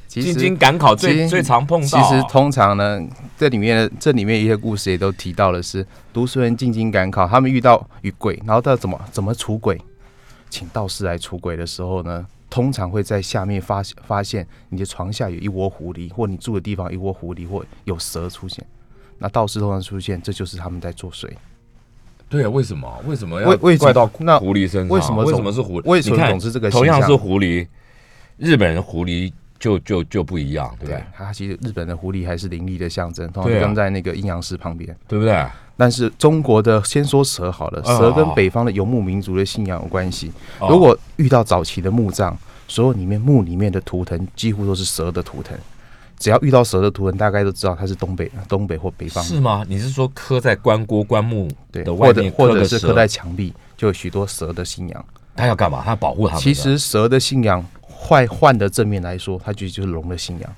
Speaker 3: 其
Speaker 2: 进
Speaker 3: 实
Speaker 2: 京赶考最
Speaker 3: 其
Speaker 2: 最常碰到。
Speaker 3: 其实通常呢，这里面的这里面一些故事也都提到的是，读书人进京赶考，他们遇到与鬼，然后到怎么怎么除鬼，请道士来除鬼的时候呢，通常会在下面发发现你的床下有一窝狐狸，或你住的地方有一窝狐狸，或有蛇出现。那道士通常出现，这就是他们在作祟。
Speaker 2: 对啊，为什么？为什么
Speaker 3: 为
Speaker 2: 要
Speaker 3: 为什
Speaker 2: 怪到
Speaker 3: 那
Speaker 2: 狐狸身上？
Speaker 3: 为什么
Speaker 2: 为
Speaker 3: 总
Speaker 2: 什么是狐？
Speaker 3: 为什么
Speaker 2: 你看
Speaker 3: 总是这个
Speaker 2: 同样
Speaker 3: 形
Speaker 2: 是
Speaker 3: 象
Speaker 2: 狐狸，日本人狐狸就就就不一样，对不对？
Speaker 3: 它其实日本的狐狸还是灵力的象征，通
Speaker 2: 对
Speaker 3: 常
Speaker 2: 啊
Speaker 3: 跟在那个阴阳师旁边。
Speaker 2: 对不对？
Speaker 3: 但是中国的先说蛇好了，
Speaker 2: 啊
Speaker 3: 蛇跟北方的游牧民族的信仰有关系。
Speaker 2: 哦
Speaker 3: 如果遇到早期的墓葬，所有里面墓里面的图腾几乎都是蛇的图腾。只要遇到蛇的图腾，大概都知道它是东北、东北或北方，
Speaker 2: 是吗？你是说刻在棺椁、棺木
Speaker 3: 对，
Speaker 2: 的
Speaker 3: 或
Speaker 2: 外
Speaker 3: 者
Speaker 2: 面
Speaker 3: 或者
Speaker 2: 个
Speaker 3: 是
Speaker 2: 蛇
Speaker 3: 刻在墙壁，就有许多蛇的信仰。
Speaker 2: 他要干嘛？他要保护他们的。
Speaker 3: 其实蛇的信仰，坏换的正面来说，它其实就是龙的信仰。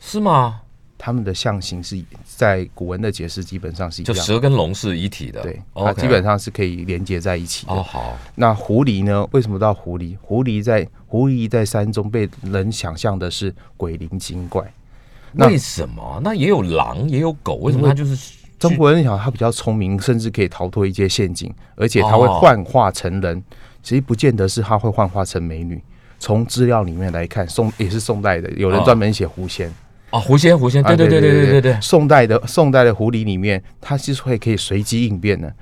Speaker 2: 是吗？
Speaker 3: 它们的象形是在古文的解释基本上是一
Speaker 2: 就
Speaker 3: 样的，
Speaker 2: 蛇跟龙是一体的，
Speaker 3: 对，它
Speaker 2: OK
Speaker 3: 基本上是可以连接在一起的。
Speaker 2: 哦好，
Speaker 3: 那狐狸呢？为什么到狐狸？狐狸在狐狸在山中被人想象的是鬼灵精怪。那
Speaker 2: 为什么？那也有狼，也有狗，为什么它就是
Speaker 3: 中国人想他比较聪明，甚至可以逃脱一些陷阱，而且他会
Speaker 2: 哦
Speaker 3: 幻化成人。其实不见得是他会幻化成美女。从资料里面来看，宋也是宋代的，有人
Speaker 2: 哦
Speaker 3: 专门写狐仙。
Speaker 2: 啊？狐仙，狐仙，对对对对对对对，
Speaker 3: 宋代的宋代的狐狸里面，它是会可以随机应变的，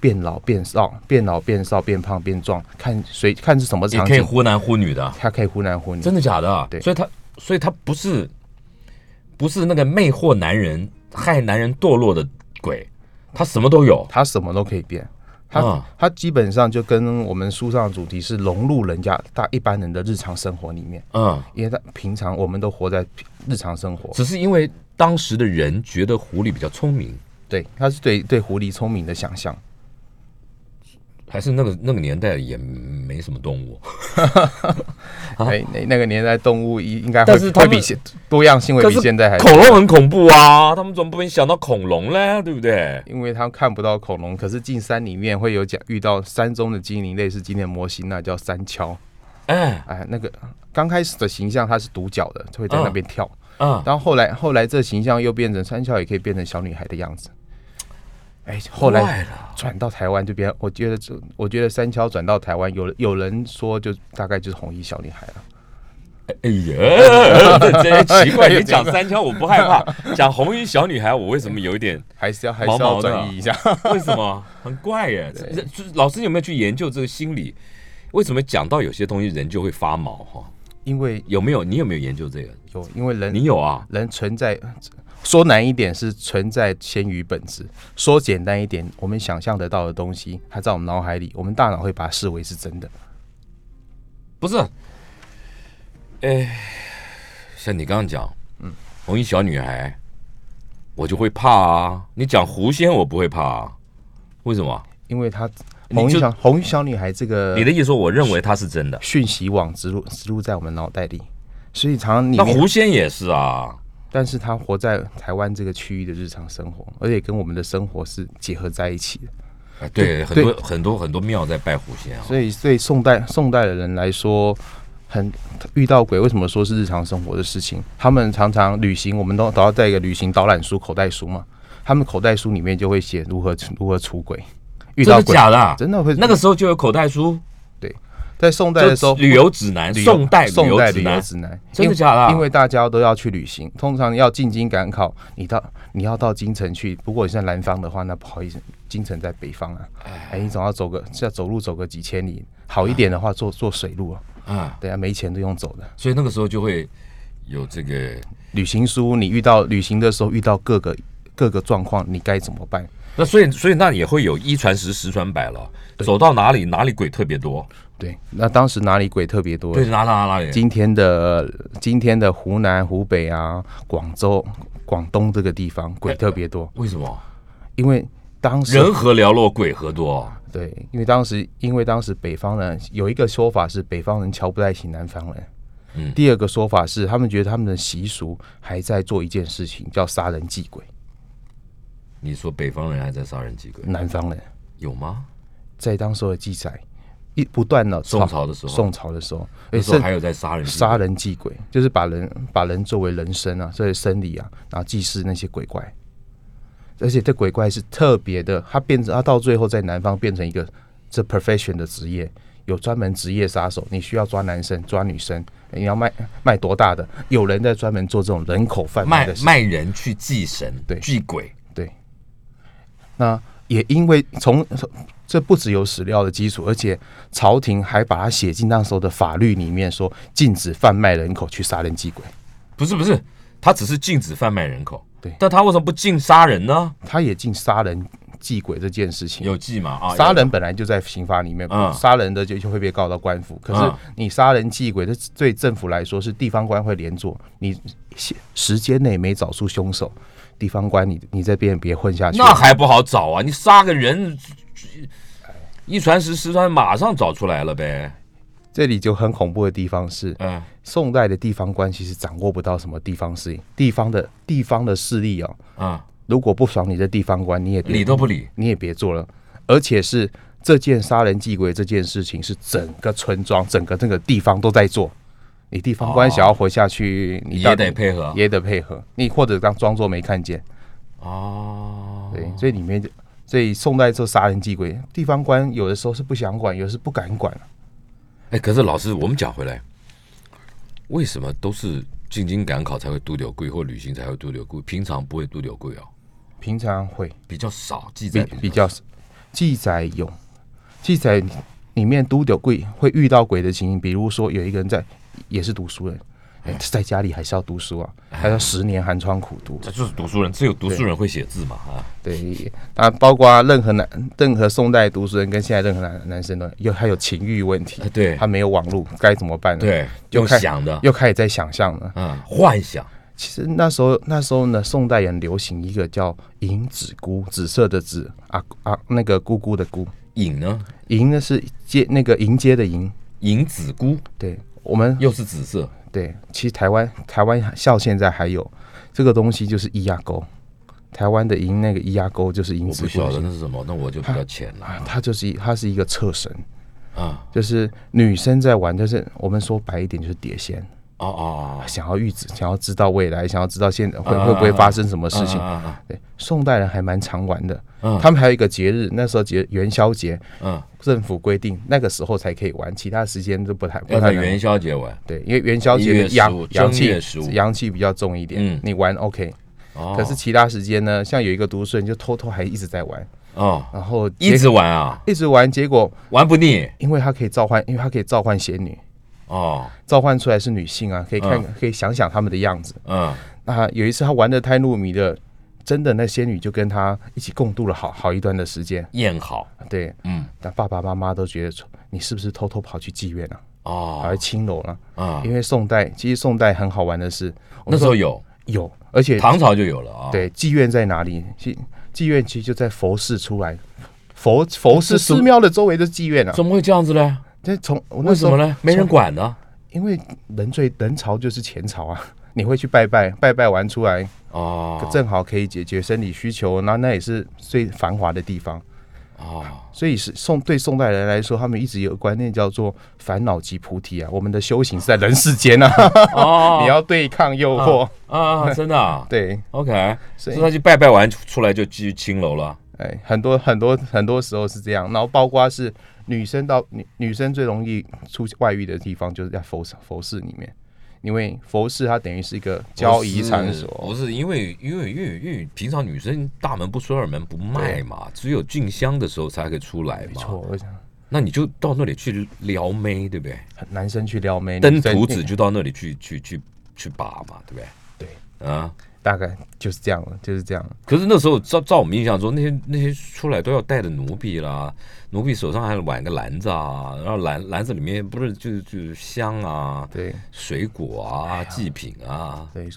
Speaker 3: 变老变少，变老变少，变胖变壮，看谁看是什么
Speaker 2: 也
Speaker 3: 场
Speaker 2: 可以
Speaker 3: 景，
Speaker 2: 忽男忽女的，
Speaker 3: 它可以忽男忽女。
Speaker 2: 真的假的？
Speaker 3: 对
Speaker 2: 所以它所以它不是不是那个魅惑男人、害男人堕落的鬼，它什么都有。
Speaker 3: 它什么都可以变。它、
Speaker 2: 嗯
Speaker 3: 它基本上就跟我们书上的主题是融入人家大一般人的日常生活里面，
Speaker 2: 嗯，
Speaker 3: 因为它平常我们都活在日常生活，
Speaker 2: 只是因为当时的人觉得狐狸比较聪明，
Speaker 3: 对，它是对对狐狸聪明的想象。
Speaker 2: 还是那个那个年代也没什么动 物。
Speaker 3: 哎、那那个年代动物应应该会
Speaker 2: 啊但是它
Speaker 3: 会
Speaker 2: 们
Speaker 3: 比现多样性会
Speaker 2: 可
Speaker 3: 比
Speaker 2: 是
Speaker 3: 现在还
Speaker 2: 恐龙很恐怖啊，他们怎么不会想到恐龙嘞？对不对？
Speaker 3: 因为它看不到恐龙，可是进山里面会有讲遇到山中的精灵，类似今天的模型，那叫山锹。
Speaker 2: 哎，
Speaker 3: 哎，那个刚开始的形象它是独角的，会在
Speaker 2: 啊
Speaker 3: 那边跳，
Speaker 2: 嗯，
Speaker 3: 然后后来后来这形象又变成山锹，也可以变成小女孩的样子。哎，后
Speaker 2: 怪
Speaker 3: 来
Speaker 2: 了
Speaker 3: 转到台湾这边，我觉得这我觉得山锹转到台湾，有有人说就大概就是红衣小女孩了。
Speaker 2: 哎 呀，这真奇怪！
Speaker 3: 哎呀
Speaker 2: 你讲三枪我不害
Speaker 3: 哎
Speaker 2: 怕，讲红衣小女孩我为什么有一点？
Speaker 3: 还是要还是
Speaker 2: 毛毛
Speaker 3: 要
Speaker 2: 的
Speaker 3: 转移一 下，
Speaker 2: 为什 么很怪耶？这这就是老师有没有去研究这个心理？为什么讲到有些东西人就会发毛哈？
Speaker 3: 因为
Speaker 2: 有没有？你有没有研究这个？
Speaker 3: 有因为人
Speaker 2: 你有啊？
Speaker 3: 人存在，说难一点是存在先于本质，说简单一点，我们想象得到的东西，它在我们脑海里，我们大脑会把它视为是真的。
Speaker 2: 不是，哎，像你刚刚讲，嗯，红衣小女孩，我就会怕啊。你讲狐仙，我不会怕啊。为什么？
Speaker 3: 因为它
Speaker 2: 你
Speaker 3: 红衣
Speaker 2: 就
Speaker 3: 小红衣小女孩这个
Speaker 2: 你的意思说，我认为它是真的。
Speaker 3: 讯息网植入植入在我们脑袋里，所以常常里
Speaker 2: 那
Speaker 3: 面，
Speaker 2: 狐仙也是啊。
Speaker 3: 但是它活在台湾这个区域的日常生活，而且跟我们的生活是结合在一起的。
Speaker 2: 啊，对，很
Speaker 3: 对
Speaker 2: 多很多很多庙在拜狐仙啊。
Speaker 3: 所以对宋代宋代的人来说，很遇到鬼，为什么说是日常生活的事情？他们常常旅行，我们都都要带一个旅行导览书、口袋书嘛。他们口袋书里面就会写如何如何出轨，遇
Speaker 2: 真
Speaker 3: 到
Speaker 2: 的
Speaker 3: 鬼
Speaker 2: 假的啊？
Speaker 3: 真的会
Speaker 2: 那个时候就有口袋书，
Speaker 3: 在宋代
Speaker 2: 就
Speaker 3: 的时候，
Speaker 2: 旅游指南，
Speaker 3: 旅游
Speaker 2: 宋代
Speaker 3: 宋代
Speaker 2: 指
Speaker 3: 旅游
Speaker 2: 南。
Speaker 3: 指南，
Speaker 2: 真的
Speaker 3: 因为
Speaker 2: 假的啊
Speaker 3: 因为大家都要去旅行，通常要进京赶考，你到你要到京城去。如果你是在南方的话，那不好意思，京城在北方啊，哎，你总要走个要走路走个几千里，好一点的话坐坐水路啊，
Speaker 2: 啊，
Speaker 3: 对啊，没钱都用走的。
Speaker 2: 所以那个时候就会有这个
Speaker 3: 旅行书，你遇到旅行的时候遇到各个各个状况，你该怎么办？
Speaker 2: 那所以所以那也会有一传十，十传百了。走到哪里哪里鬼特别多，
Speaker 3: 对，那当时哪里鬼特别多？
Speaker 2: 对，哪哪哪里。
Speaker 3: 今天的今天的湖南、湖北啊、广州、广东这个地方鬼特别多，
Speaker 2: 为什么？
Speaker 3: 因为当时
Speaker 2: 人何寥落，鬼何多。
Speaker 3: 对，因为当时因为当时北方人有一个说法是北方人瞧不太起南方人，
Speaker 2: 嗯
Speaker 3: 第二个说法是他们觉得他们的习俗还在做一件事情叫杀人祭鬼，
Speaker 2: 你说北方人还在杀人祭鬼，
Speaker 3: 南方人
Speaker 2: 有吗？
Speaker 3: 在当时的记载一不断的
Speaker 2: 宋朝的时候
Speaker 3: 宋朝的时候，
Speaker 2: 那
Speaker 3: 哎
Speaker 2: 时候
Speaker 3: 甚
Speaker 2: 还有在杀人祭鬼
Speaker 3: 杀人祭鬼，就是把人把人作为人身啊，作为生理啊，然后祭祀那些鬼怪。而且这鬼怪是特别的，它变成它到最后在南方变成一个这 profession 的职业，有专门职业杀手，你需要抓男生抓女生，你要卖卖多大的？有人在专门做这种人口贩卖
Speaker 2: 卖
Speaker 3: 的事
Speaker 2: 卖人去祭神，
Speaker 3: 对
Speaker 2: 祭鬼。
Speaker 3: 对，那也因为从这不只有史料的基础，而且朝廷还把它写进那时候的法律里面，说禁止贩卖人口去杀人祭鬼。
Speaker 2: 不是不是，他只是禁止贩卖人口，
Speaker 3: 对
Speaker 2: 但他为什么不禁杀人呢？
Speaker 3: 他也进杀人祭鬼这件事情。
Speaker 2: 有忌嘛啊，
Speaker 3: 杀人本来就在刑法里面
Speaker 2: 嗯，
Speaker 3: 杀、人的就就会被告到官府。可是
Speaker 2: 嗯
Speaker 3: 你杀人祭鬼，这对政府来说是地方官会连坐，你时时间内没找出凶手，地方官你你这边别混下去。
Speaker 2: 那还不好找啊！你杀个人，一传十，十传马上找出来了呗。
Speaker 3: 这里就很恐怖的地方是，
Speaker 2: 嗯，
Speaker 3: 宋代的地方官其实掌握不到什么地方事情，地方的地方的势力哦，
Speaker 2: 啊、
Speaker 3: 如果不爽你的地方官，你也别
Speaker 2: 理都不理。
Speaker 3: 你也别做了。而且是这件杀人祭鬼这件事情，是整个村庄、整个这个地方都在做。你地方官
Speaker 2: 哦
Speaker 3: 想要活下去，你
Speaker 2: 也
Speaker 3: 到底
Speaker 2: 得配合
Speaker 3: 也得配合。你或者当装作没看见，
Speaker 2: 哦，
Speaker 3: 对，所以里面就，所以宋代做杀人祭鬼，地方官有的时候是不想管，有的是不敢管。
Speaker 2: 哎，可是老师，我们讲回来，为什么都是进京赶考才会渡柳贵，或旅行才会渡柳贵，平常不会渡柳贵哦，
Speaker 3: 平常会
Speaker 2: 比较少记
Speaker 3: 比
Speaker 2: 载
Speaker 3: 比较记载有记载里面都有鬼会遇到鬼的情形，比如说有一个人在也是读书人，哎在家里还是要读书啊，还要十年寒窗苦读。
Speaker 2: 哎
Speaker 3: 啊
Speaker 2: 这就是读书人，只有读书人会写字嘛啊！
Speaker 3: 对，啊，包括任何男、任何宋代读书人跟现在任何男男生呢，又还有情欲问题
Speaker 2: 啊，对
Speaker 3: 他没有网络该怎么办呢？
Speaker 2: 对，
Speaker 3: 又
Speaker 2: 用
Speaker 3: 开
Speaker 2: 想的，
Speaker 3: 又开始在想象了。
Speaker 2: 嗯，幻想，
Speaker 3: 其实那时候那时候呢，宋代人流行一个叫“银子姑”，紫色的紫啊啊，那个姑姑的姑，
Speaker 2: 影呢，
Speaker 3: 银呢是接那个迎接的迎，
Speaker 2: 银子姑
Speaker 3: 对我们
Speaker 2: 又是紫色，
Speaker 3: 对，其实台湾台湾笑现在还有这个东西就是咿呀沟，台湾的银那个咿呀沟就是银
Speaker 2: 我
Speaker 3: 子
Speaker 2: 不
Speaker 3: 姑
Speaker 2: 晓得那是什么，那我就比较浅了
Speaker 3: 啊，它就是一它是一个侧绳，
Speaker 2: 啊！
Speaker 3: 就是女生在玩，就是我们说白一点就是碟仙，
Speaker 2: 哦哦
Speaker 3: 想要预知，想要知道未来，想要知道现在会
Speaker 2: 啊
Speaker 3: 会不会发生什么事情
Speaker 2: 啊啊啊。
Speaker 3: 对，宋代人还蛮常玩的
Speaker 2: 嗯，
Speaker 3: 他们还有一个节日，那时候节元宵节，
Speaker 2: 哦，
Speaker 3: 政府规定那个时候才可以玩，其他时间都不太
Speaker 2: 嗯，要
Speaker 3: 不
Speaker 2: 在
Speaker 3: 太能
Speaker 2: 元。宵节玩
Speaker 3: 对，因为元宵
Speaker 2: 1
Speaker 3: 节
Speaker 2: 月
Speaker 3: 的
Speaker 2: 15
Speaker 3: 阳阳
Speaker 2: 正
Speaker 3: 气
Speaker 2: 月15
Speaker 3: 阳气比较重一
Speaker 2: 嗯
Speaker 3: 点，你玩 OK。
Speaker 2: 哦，
Speaker 3: 可是其他时间呢，像有一个读书人就偷偷还一直在玩，
Speaker 2: 哦，
Speaker 3: 然后
Speaker 2: 一
Speaker 3: 结
Speaker 2: 直玩啊，
Speaker 3: 一直玩，结果
Speaker 2: 玩不腻
Speaker 3: 因为他可以召唤，因为他可以召唤仙女，
Speaker 2: 哦，
Speaker 3: 召唤出来是女性啊，可以看
Speaker 2: 嗯
Speaker 3: 可以想想他们的样子。
Speaker 2: 嗯，
Speaker 3: 那有一次他玩的太入迷了，真的那仙女就跟他一起共度了好好一段的时间。
Speaker 2: 宴好，
Speaker 3: 对，
Speaker 2: 嗯，
Speaker 3: 但爸爸妈妈都觉得说你是不是偷偷跑去妓院了、啊，跑
Speaker 2: 哦
Speaker 3: 去，青楼了、
Speaker 2: 啊
Speaker 3: 因，为宋代其实宋代很好玩的是，我
Speaker 2: 那
Speaker 3: 们
Speaker 2: 时
Speaker 3: 说
Speaker 2: 候有，
Speaker 3: 有，而且
Speaker 2: 唐朝就有了啊，，
Speaker 3: 对妓院在哪里？妓妓院其实就在佛寺出来，佛佛
Speaker 2: 哎这
Speaker 3: 寺
Speaker 2: 怎么
Speaker 3: 寺庙的周围的妓院啊。
Speaker 2: 怎么会这样子呢？
Speaker 3: 这从我那
Speaker 2: 为
Speaker 3: 时
Speaker 2: 什
Speaker 3: 候
Speaker 2: 么呢？没人
Speaker 3: 从
Speaker 2: 管呢？
Speaker 3: 因为人最人潮就是钱潮啊，你会去拜拜，拜拜完出来，
Speaker 2: 哦，
Speaker 3: 正好可以解决生理需求，那那也是最繁华的地方。
Speaker 2: 哦，
Speaker 3: 所以是宋对宋代人来说，他们一直有个观念叫做“烦恼即菩提”啊，我们的修行是在人世间啊，
Speaker 2: 哦，
Speaker 3: 你要对抗诱惑。
Speaker 2: 啊，真的啊
Speaker 3: 对，
Speaker 2: ，OK，所
Speaker 3: 所以
Speaker 2: 以他就拜拜完出来就去青楼了，
Speaker 3: 哎，很多很多很多时候是这样，然后包括是女生到女女生最容易出外遇的地方，就是在佛佛寺里面，因为佛寺它等于是一个交易场
Speaker 2: 不
Speaker 3: 所，
Speaker 2: 是因为因为因为因为平常女生大门不出二门不迈嘛，只有进香的时候才可以出来嘛。没
Speaker 3: 没错，，我想
Speaker 2: 那你就到那里去撩妹，对不对？
Speaker 3: 男生去撩妹，
Speaker 2: 登
Speaker 3: 女生
Speaker 2: 徒子就到那里去去去去把嘛，对不对？对啊。
Speaker 3: 大概就是这样了，就是这样了。
Speaker 2: 可是那时候照照我们印象中，那些那些出来都要带着奴婢啦，奴婢手上还挽个篮子啊，然后篮篮子里面不是就就是香啊、
Speaker 3: 对哎
Speaker 2: 水果啊、祭品啊，
Speaker 3: 对，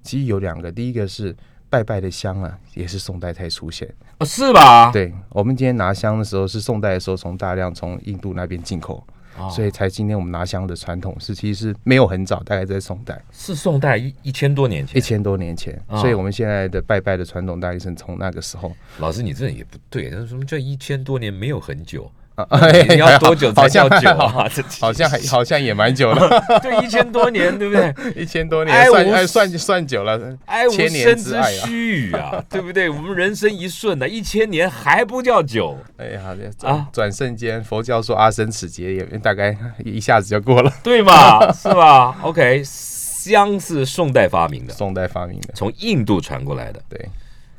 Speaker 3: 其实有两个，第一个是拜拜的香啊，也是宋代才出现。
Speaker 2: 哦，是吧？
Speaker 3: 对，我们今天拿香的时候是宋代的时候从大量从印度那边进口，
Speaker 2: 哦
Speaker 3: 所以才今天我们拿香的传统是其实是没有很早，大概在宋代
Speaker 2: 是宋代一一千多年前
Speaker 3: 一。千多年前，
Speaker 2: 哦
Speaker 3: 所以我们现在的拜拜的传统大概是从那个时候。
Speaker 2: 老师，你这也不对，那什么叫一千多年没有很久？
Speaker 3: 啊
Speaker 2: 你要多久才
Speaker 3: 好像
Speaker 2: 叫久啊？这
Speaker 3: 好 像还好像也蛮久了，
Speaker 2: 对一千多年，对不 哎对？
Speaker 3: 一千多年
Speaker 2: 哎
Speaker 3: 算
Speaker 2: 我
Speaker 3: 哎算算久了，
Speaker 2: 哀无
Speaker 3: 千
Speaker 2: 生
Speaker 3: 年
Speaker 2: 之
Speaker 3: 爱啊！
Speaker 2: 须臾啊，对不对？我们人生一瞬的、一千年还不叫久。
Speaker 3: 哎呀，转
Speaker 2: 啊
Speaker 3: 转瞬间，佛教说阿僧此劫也大概一下子就过了。
Speaker 2: 对嘛，是吧？OK，香是宋代发明的，
Speaker 3: 宋代发明的，
Speaker 2: 从印度传过来的。
Speaker 3: 对，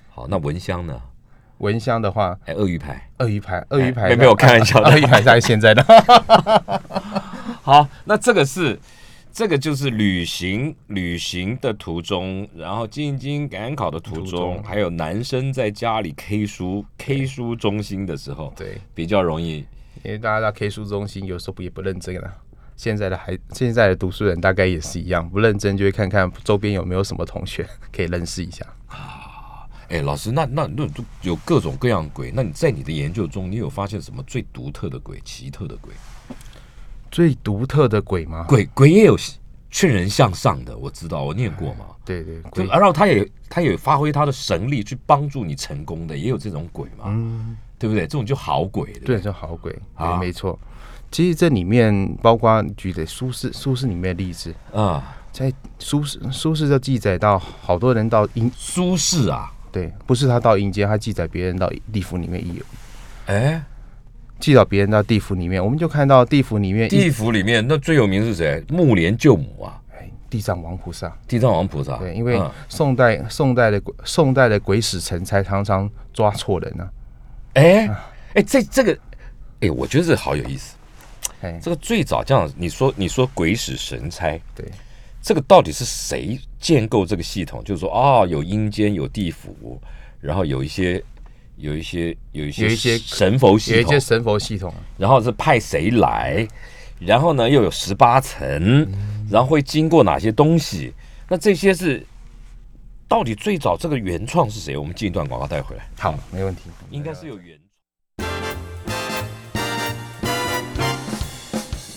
Speaker 2: 好，那蚊香呢？
Speaker 3: 蚊香的话，
Speaker 2: 哎，鳄鱼牌。
Speaker 3: 鳄鱼牌，鳄鱼牌
Speaker 2: 哎没
Speaker 3: 的，
Speaker 2: 没有开玩笑的
Speaker 3: 鳄鱼牌在现在 的
Speaker 2: 好，那这个是这个就是旅行旅行的途中，然后进京赶考的途中，
Speaker 3: 途中
Speaker 2: 还有男生在家里 K 书 K 书中心的时候，
Speaker 3: 对，
Speaker 2: 比较容易。
Speaker 3: 因为大家到 K 书中心有时候不也不认真了。现在的孩，现在的读书人大概也是一样，不认真就会看看周边有没有什么同学可以认识一下。
Speaker 2: 哎，老师，那那那有各种各样鬼，那你在你的研究中，你有发现什么最独特的鬼、奇特的鬼？
Speaker 3: 最独特的鬼吗？
Speaker 2: 鬼鬼也有劝人向上的，我知道，我念过嘛。
Speaker 3: 对哎对，鬼
Speaker 2: 对，然后他也他也发挥他的神力去帮助你成功的，也有这种鬼嘛，对不对？这种就好鬼，对不
Speaker 3: 嗯对，
Speaker 2: 对
Speaker 3: 叫好鬼，
Speaker 2: 啊
Speaker 3: 对，没错。其实这里面包括举的苏轼，苏轼里面的例子，
Speaker 2: 啊，
Speaker 3: 在苏轼苏轼就记载到好多人到阴，
Speaker 2: 苏轼啊，
Speaker 3: 对，不是他到阴间，他记载别人到地府里面也有，
Speaker 2: 哎，
Speaker 3: 记载别人到地府里面，我们就看到地府里面一
Speaker 2: 地府里面那最有名是谁？木莲救母啊，
Speaker 3: 哎地藏王菩萨，
Speaker 2: 地藏王菩萨。
Speaker 3: 对，因为
Speaker 2: 嗯
Speaker 3: 宋代宋代的鬼宋代的鬼使神差常常抓错人啊，
Speaker 2: 哎哎，这这个，哎，我觉得这好有意思。
Speaker 3: 哎，
Speaker 2: 这个最早这样，你说你说鬼使神差，
Speaker 3: 对，
Speaker 2: 这个到底是谁建构这个系统？就是说，哦，有阴间，有地府，然后有一些。有一些有一些
Speaker 3: 有一些
Speaker 2: 神佛系
Speaker 3: 有
Speaker 2: 统，
Speaker 3: 一些神佛系统啊，
Speaker 2: 然后是派谁来，然后呢又有十八层，然后会经过哪些东西？那这些是到底最早这个原创是谁？我们进一段广告带回来，
Speaker 3: 好，没问题。
Speaker 2: 应该是有原。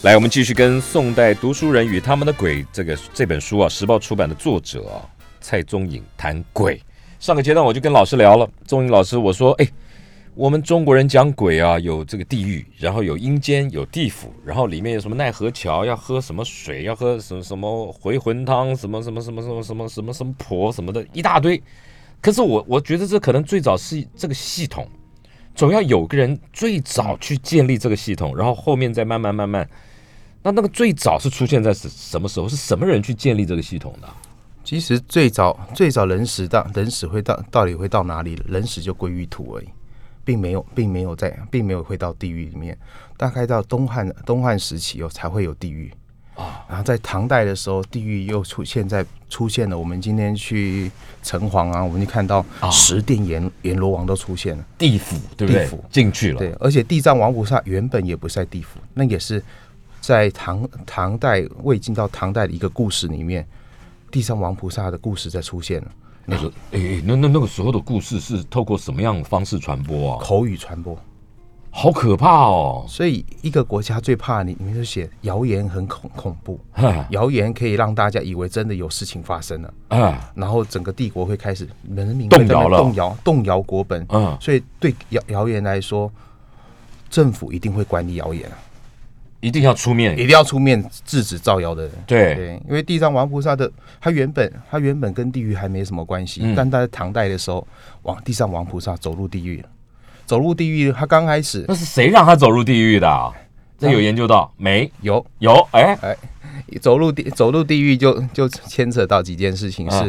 Speaker 2: 来，我们继续跟《宋代读书人与他们的鬼》这个这本书啊，时报出版的作者啊蔡宗颖谈鬼。上个阶段我就跟老师聊了，宗颖老师，我说，哎，我们中国人讲鬼啊，有这个地狱，然后有阴间，有地府，然后里面有什么奈何桥，要喝什么水，要喝什么什么回魂汤，什么什么什么什么什么什么什么婆什么的一大堆。可是我我觉得这可能最早是这个系统，总要有个人最早去建立这个系统，然后后面再慢慢慢慢。那那个最早是出现在什什么时候？是什么人去建立这个系统的啊？
Speaker 3: 其实最早最早人屎到人屎会到到底会到哪里？人屎就归于土而已，并没有并没有在并没有会到地狱里面。大概到东汉东汉时期哦，才会有地狱啊。然后在唐代的时候，地狱又出现在出现了。我们今天去城隍啊，我们就看到十殿阎阎罗王都出现了。
Speaker 2: 地府，对不对？
Speaker 3: 地府
Speaker 2: 进去了，
Speaker 3: 对，而且地藏王菩萨原本也不是在地府，那也是在唐唐代魏晋到唐代的一个故事里面，地藏王菩萨的故事在出现了。
Speaker 2: 那时候，哎、哎那那那个时候的故事是透过什么样的方式传播啊？
Speaker 3: 口语传播，
Speaker 2: 好可怕哦！
Speaker 3: 所以一个国家最怕你，你们就写谣言很恐恐怖，
Speaker 2: 哎
Speaker 3: 谣言可以让大家以为真的有事情发生了，
Speaker 2: 哎，
Speaker 3: 然后整个帝国会开始人民
Speaker 2: 动摇了
Speaker 3: 动摇动摇国本，
Speaker 2: 嗯
Speaker 3: 所以对谣谣言来说，政府一定会管理谣言，啊
Speaker 2: 一定要出
Speaker 3: 一
Speaker 2: 面，
Speaker 3: 定要出面制止造谣的人。
Speaker 2: 对，
Speaker 3: 对，因为地藏王菩萨的他原本他原本跟地狱还没什么关系，
Speaker 2: 嗯
Speaker 3: 但他在唐代的时候，往地藏王菩萨走入地狱了，走入地狱，他刚开始
Speaker 2: 那是谁让他走入地狱的啊、这有研究到没？
Speaker 3: 有
Speaker 2: 有，哎、
Speaker 3: 走入地走入地狱就就牵扯到几件事情是，
Speaker 2: 啊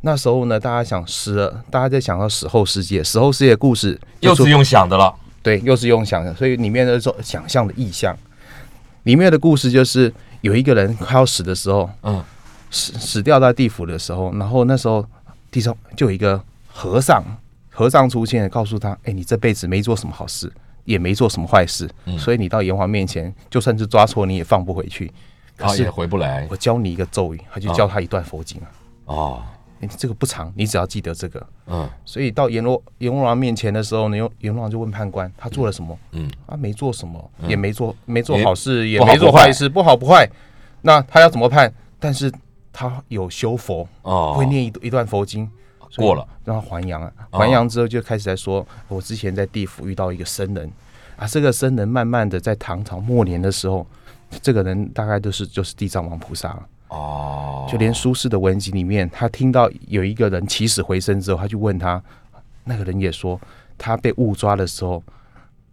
Speaker 3: 那时候呢，大家想死了，大家在想到死后世界，死后世界的故事
Speaker 2: 又
Speaker 3: 就是
Speaker 2: 用想的了，
Speaker 3: 对，又是用想的，所以里面的这种想象的意象，里面的故事就是有一个人快要死的时候，
Speaker 2: 嗯，
Speaker 3: 死死掉在地府的时候，然后那时候地上就有一个和尚，和尚出现，告诉他，哎、你这辈子没做什么好事，也没做什么坏事，
Speaker 2: 嗯
Speaker 3: 所以你到阎王面前，就算是抓错你也放不回去。可
Speaker 2: 啊，也
Speaker 3: 是
Speaker 2: 回不来
Speaker 3: 我教你一个咒语，他就教他一段佛经啊。
Speaker 2: 哦，
Speaker 3: 你这个不长，你只要记得这个。
Speaker 2: 嗯，
Speaker 3: 所以到阎罗阎罗王面前的时候呢，阎阎罗王就问判官，他做了什么？嗯，他没做什么，也没做没做
Speaker 2: 也
Speaker 3: 好事，也
Speaker 2: 嗯不好
Speaker 3: 没做
Speaker 2: 不坏
Speaker 3: 坏事，不好不坏。那他要怎么判？但是他有修佛，
Speaker 2: 哦，啊
Speaker 3: 会念一一段佛经，所以
Speaker 2: 过了，哦
Speaker 3: 让他还阳了。啊还阳之后就开始在说，我之前在地府遇到一个僧人啊，这个僧人慢慢的在唐朝末年的时候，这个人大概都是就是地藏王菩萨了。
Speaker 2: 哦，
Speaker 3: 就连苏轼的文集里面，他听到有一个人起死回生之后，他去问他，那个人也说，他被误抓的时候，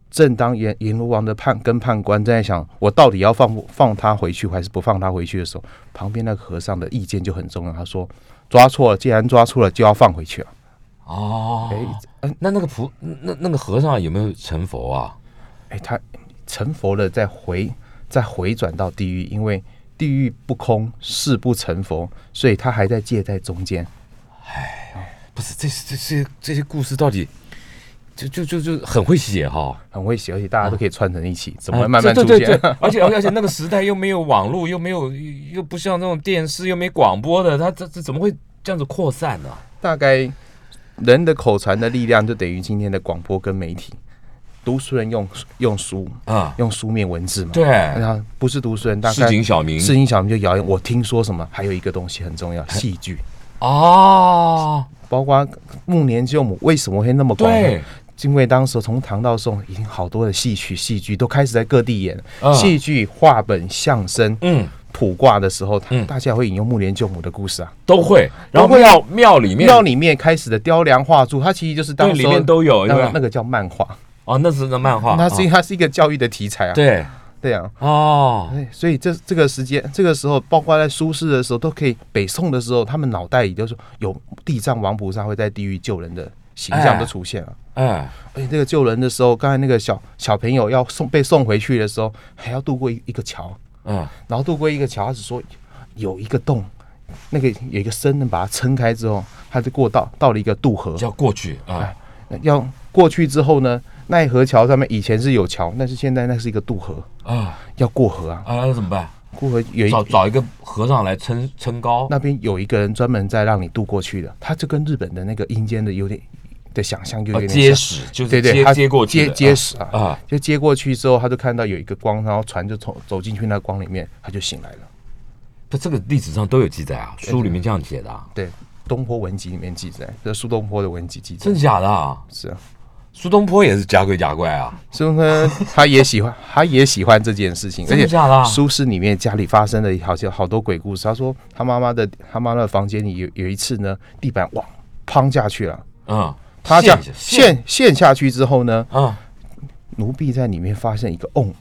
Speaker 3: 正当阎阎罗王的判跟判官正在想，我到底要放不放他回去，还是不放他回去的时候，旁边那个和尚的意见就很重要。他说，抓错了，既然抓错了，就要放回去了。
Speaker 2: 哦，
Speaker 3: 哎、
Speaker 2: 那那个菩那那个和尚有没有成佛啊？
Speaker 3: 哎，他成佛了，再回再回转到地狱，因为地狱不空，誓不成佛，所以他还在借在中间。
Speaker 2: 不是，这这这这些故事到底就就就就很会写哈，
Speaker 3: 很会写，而且大家都可以串成一起，怎
Speaker 2: 啊
Speaker 3: 么慢慢
Speaker 2: 这
Speaker 3: 出
Speaker 2: 对对
Speaker 3: 现？
Speaker 2: 对，而且而且那个时代又没有网络，又没有又不像那种电视，又没广播的，它这这怎么会这样子扩散呢、
Speaker 3: 大概人的口传的力量就等于今天的广播跟媒体，读书人用用书
Speaker 2: 啊？
Speaker 3: 用书面文字嘛，
Speaker 2: 对
Speaker 3: 然后不是读书人，大嗯概
Speaker 2: 市井小民哎
Speaker 3: 市井小民就谣言。我听说什么，还有一个东西很重要，戏剧。
Speaker 2: 哦，
Speaker 3: 包括暮年救母为什么会那么广？
Speaker 2: 对，
Speaker 3: 因为当时从唐到宋，已经好多的戏曲、戏剧都开始在各地演
Speaker 2: 啊
Speaker 3: 戏剧、话本、相声、
Speaker 2: 嗯，
Speaker 3: 卜卦的时候，他
Speaker 2: 嗯
Speaker 3: 大家会引用暮年救母的故事啊。
Speaker 2: 都会，然后
Speaker 3: 都会啊
Speaker 2: 庙庙里面
Speaker 3: 庙里面开始的雕梁画柱，它其实就是当
Speaker 2: 对
Speaker 3: 时
Speaker 2: 里面都有
Speaker 3: 那
Speaker 2: 对吧
Speaker 3: 个那个叫漫画，
Speaker 2: 哦，那是那漫画，
Speaker 3: 它是
Speaker 2: 哦
Speaker 3: 它是一个教育的题材啊。
Speaker 2: 对
Speaker 3: 对啊，
Speaker 2: 哦，
Speaker 3: 对，所以这这个时间这个时候，包括在苏轼的时候，都可以北宋的时候，他们脑袋里就是有地藏王菩萨会在地狱救人的形象都出现了。
Speaker 2: 哎，
Speaker 3: 而且这个救人的时候，刚才那个小小朋友要送被送回去的时候，还要渡过一一个桥，
Speaker 2: 嗯，
Speaker 3: 然后渡过一个桥，他只说有一个洞，那个有一个僧人把它撑开之后，他就过到到了一个渡河，
Speaker 2: 要过去啊
Speaker 3: 哎，要过去之后呢，奈何桥上面以前是有桥，但是现在那是一个渡河，
Speaker 2: 啊
Speaker 3: 要过河啊
Speaker 2: 啊，，那怎么办？
Speaker 3: 过河有一
Speaker 2: 找找一个和尚来撑撑高，
Speaker 3: 那边有一个人专门在让你渡过去的，他就跟日本的那个阴间的有点的想象就有
Speaker 2: 呃
Speaker 3: 点像
Speaker 2: 结实，就是
Speaker 3: 对对，
Speaker 2: 接
Speaker 3: 他
Speaker 2: 接过去
Speaker 3: 接
Speaker 2: 的，
Speaker 3: 结实啊，
Speaker 2: 啊
Speaker 3: 就接过去之后，他就看到有一个光，然后船就从走进去那光里面，他就醒来了。
Speaker 2: 不，这个历史上都有记载啊，书里面这样写的、啊，
Speaker 3: 对，《东坡文集》里面记载，这苏东坡的文集记载
Speaker 2: 真的假的、啊？
Speaker 3: 是啊，
Speaker 2: 苏东坡也是假鬼假怪啊，
Speaker 3: 苏东 坡他也喜欢，他也喜欢这件事情，而
Speaker 2: 真的
Speaker 3: 且
Speaker 2: 假的啊？
Speaker 3: 苏轼里面家里发生了好像好多鬼故事。他说他妈妈的他妈妈的房间里有有一次呢，地板哇砰下去了，
Speaker 2: 嗯，
Speaker 3: 他这样
Speaker 2: 陷
Speaker 3: 陷陷下去之后呢，
Speaker 2: 啊，
Speaker 3: 奴婢在里面发现一个瓮，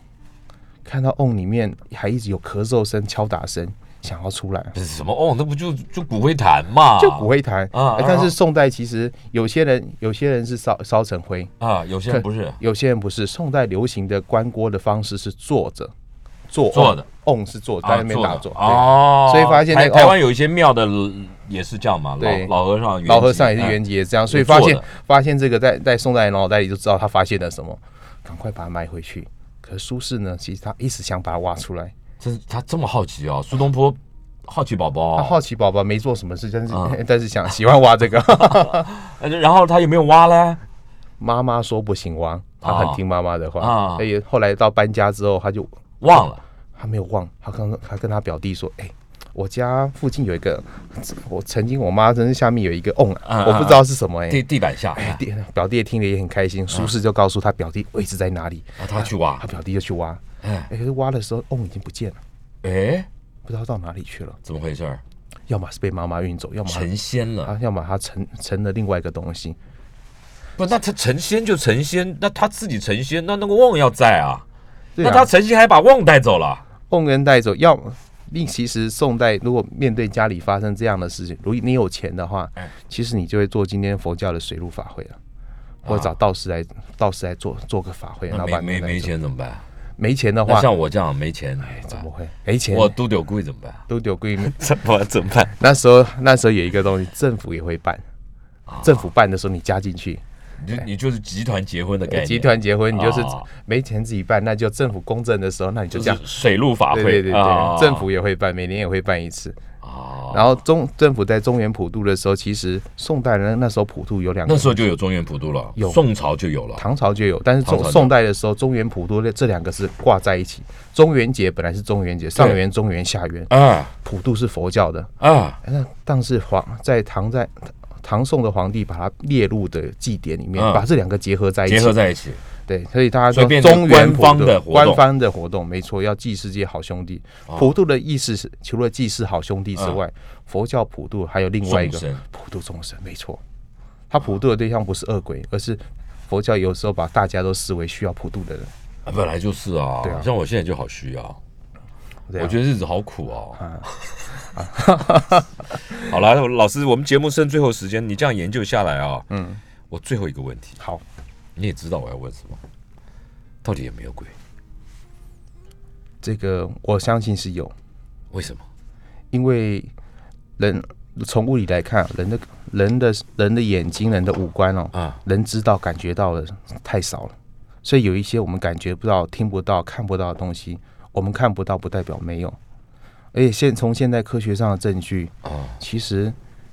Speaker 3: 看到瓮里面还一直有咳嗽声、敲打声，想要出来。
Speaker 2: 不是什么哦，那不就就骨灰坛嘛？
Speaker 3: 就骨灰坛
Speaker 2: 啊
Speaker 3: 哎
Speaker 2: 啊
Speaker 3: 但
Speaker 2: 啊
Speaker 3: 是宋代其实有些人有些人是烧烧成灰，
Speaker 2: 啊，有些人不是
Speaker 3: 有些人不是。宋代流行的关锅的方式是坐着，坐瓮
Speaker 2: 坐的，
Speaker 3: 瓮是坐，在那边
Speaker 2: 啊
Speaker 3: 打
Speaker 2: 坐
Speaker 3: 坐
Speaker 2: 的。哦，
Speaker 3: 所以发现那
Speaker 2: 台
Speaker 3: 个
Speaker 2: 台湾有一些庙的也是这样嘛，
Speaker 3: 对
Speaker 2: 老老和尚
Speaker 3: 对
Speaker 2: 圆寂
Speaker 3: 老和尚也是
Speaker 2: 哎
Speaker 3: 原籍也这样，所
Speaker 2: 有
Speaker 3: 以发
Speaker 2: 坐
Speaker 3: 现
Speaker 2: 的
Speaker 3: 发现这个在在宋代人脑袋里就知道他发现了什么，赶快把它埋回去。可是苏轼呢，其实他一直想把它挖出来，
Speaker 2: 真是他这么好奇哦，苏东坡好奇宝宝
Speaker 3: 他
Speaker 2: 哦，
Speaker 3: 好奇宝宝没做什么事，但是、
Speaker 2: 嗯
Speaker 3: 但是想喜欢挖这 个。
Speaker 2: 呃然后他有没有挖嘞？
Speaker 3: 妈妈说不行挖，他很听妈妈的话。
Speaker 2: 啊
Speaker 3: 所以后来到搬家之后，他就
Speaker 2: 忘了
Speaker 3: 他没有忘，他跟他跟他表弟说，哎、我家附近有一个，我曾经我妈真是下面有一个瓮、
Speaker 2: 嗯嗯
Speaker 3: 我不知道是什么哎、
Speaker 2: 地地板下，
Speaker 3: 哎
Speaker 2: 哎
Speaker 3: 弟表弟也听了也很开心，苏轼就告诉他表弟位置在哪里，
Speaker 2: 啊他去挖
Speaker 3: 他，表弟就去挖，
Speaker 2: 哎
Speaker 3: 哎、可是挖的时候瓮已经不见了，
Speaker 2: 哎，
Speaker 3: 不知道到哪里去了，
Speaker 2: 怎么回事儿？
Speaker 3: 要么是被妈妈运走，要么
Speaker 2: 成仙了
Speaker 3: 啊，。要么他成成了另外一个东西，
Speaker 2: 不，那他成仙就成仙，那他自己成仙，那那个瓮要在啊。
Speaker 3: 对啊
Speaker 2: 那他成仙还把瓮带走了，
Speaker 3: 瓮人带走，要令其实宋代如果面对家里发生这样的事情，如果你有钱的话
Speaker 2: 哎，
Speaker 3: 其实你就会做今天佛教的水陆法会了，或者找道士来道士来做做个法会，然
Speaker 2: 啊那没
Speaker 3: 后把
Speaker 2: 没
Speaker 3: 你带
Speaker 2: 没
Speaker 3: 走，
Speaker 2: 钱怎么办？
Speaker 3: 没钱的
Speaker 2: 那
Speaker 3: 话
Speaker 2: 像我这样没钱怎么办
Speaker 3: 怎么会没钱？
Speaker 2: 我都丢贵怎么办？
Speaker 3: 都丢闺蜜。
Speaker 2: 怎么怎么办？
Speaker 3: 那时候那时候有一个东西，政府也会办。
Speaker 2: 哦
Speaker 3: 政府办的时候，你加进去；
Speaker 2: 你就你就是集团结婚的概念，
Speaker 3: 哎集团结婚，你就是
Speaker 2: 哦
Speaker 3: 没钱自己办，那就政府公证的时候，那你就
Speaker 2: 就
Speaker 3: 这样
Speaker 2: 是。水陆法会，
Speaker 3: 对对对
Speaker 2: 啊
Speaker 3: 对，政府也会办，每年也会办一次。
Speaker 2: 啊，哦
Speaker 3: 然后中政府在中原普渡的时候，其实宋代人那时候普渡有两个
Speaker 2: 那，时候就有中原普渡了，
Speaker 3: 有
Speaker 2: 宋朝就有了，
Speaker 3: 唐朝就有，但是
Speaker 2: 唐朝
Speaker 3: 宋
Speaker 2: 就有
Speaker 3: 宋代的时候，中原普渡这两个是挂在一起。中元节本来是中元节，上元、中元、下元，
Speaker 2: 啊
Speaker 3: 普渡是佛教的，哎
Speaker 2: 啊
Speaker 3: 那但是皇在唐在唐宋的皇帝把它列入的祭典里面，
Speaker 2: 嗯
Speaker 3: 把这两个哎结合在一起，
Speaker 2: 结合在一起，
Speaker 3: 对，所以大家
Speaker 2: 所以
Speaker 3: 说
Speaker 2: 变成
Speaker 3: 中原普渡
Speaker 2: 官方的活动哦
Speaker 3: 官方的活动，没错，要祭世界好兄弟。普渡的意思是除了祭祀好兄弟之外，佛教普渡还有另外一
Speaker 2: 嗯
Speaker 3: 个
Speaker 2: 众生
Speaker 3: 普渡众生，没错。他普渡的对象不是恶鬼，而是佛教有时候把大家都视为需要普渡的人。
Speaker 2: 啊本来就是啊
Speaker 3: 对，啊
Speaker 2: 像我现在就好需要，
Speaker 3: 对啊
Speaker 2: 我觉得日子好苦哦。 好啦，老师，我们节目剩最后时间，你这样研究下来啊，嗯，我最后一个问题，
Speaker 3: 好，
Speaker 2: 你也知道我要问什么，到底有没有鬼？
Speaker 3: 这个我相信是有，
Speaker 2: 为什么？
Speaker 3: 因为人从物理来看，人的人的人的眼睛、人的五官哦，
Speaker 2: 啊
Speaker 3: 人知道、感觉到的太少了，所以有一些我们感觉不到、听不到、看不到的东西，我们看不到不代表没有。而且现从现在科学上的证据，
Speaker 2: 哦
Speaker 3: 其实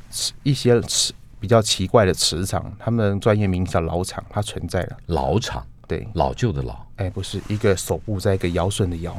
Speaker 3: 磁一些磁比较奇怪的磁场，他们专业名叫老场，它存在了。
Speaker 2: 老厂，
Speaker 3: 对，
Speaker 2: 老旧的老
Speaker 3: 哎，不是一个手部在一个尧舜的尧，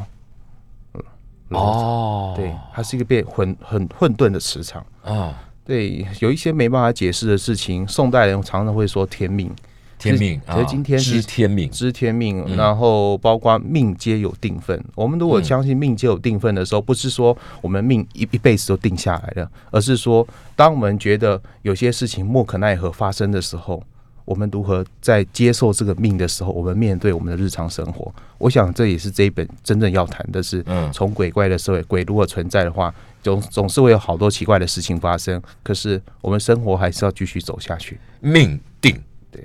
Speaker 3: 嗯，老场
Speaker 2: 哦
Speaker 3: 对，它是一个变混很混沌的磁场。
Speaker 2: 啊，
Speaker 3: 对，有一些没办法解释的事情，宋代人常常会说天命，
Speaker 2: 天命
Speaker 3: 可
Speaker 2: 啊，
Speaker 3: 是今天
Speaker 2: 知
Speaker 3: 其实
Speaker 2: 天命
Speaker 3: 知天命，
Speaker 2: 嗯
Speaker 3: 然后包括命皆有定分。我们如果相信命皆有定分的时候，不是说我们命一一辈子都定下来了，而是说，当我们觉得有些事情莫可奈何发生的时候，我们如何在接受这个命的时候，我们面对我们的日常生活。我想这也是这一本真正要谈的是，
Speaker 2: 嗯
Speaker 3: 从鬼怪的社会，鬼如果存在的话，总总是会有好多奇怪的事情发生。可是我们生活还是要继续走下去，
Speaker 2: 命定，
Speaker 3: 对，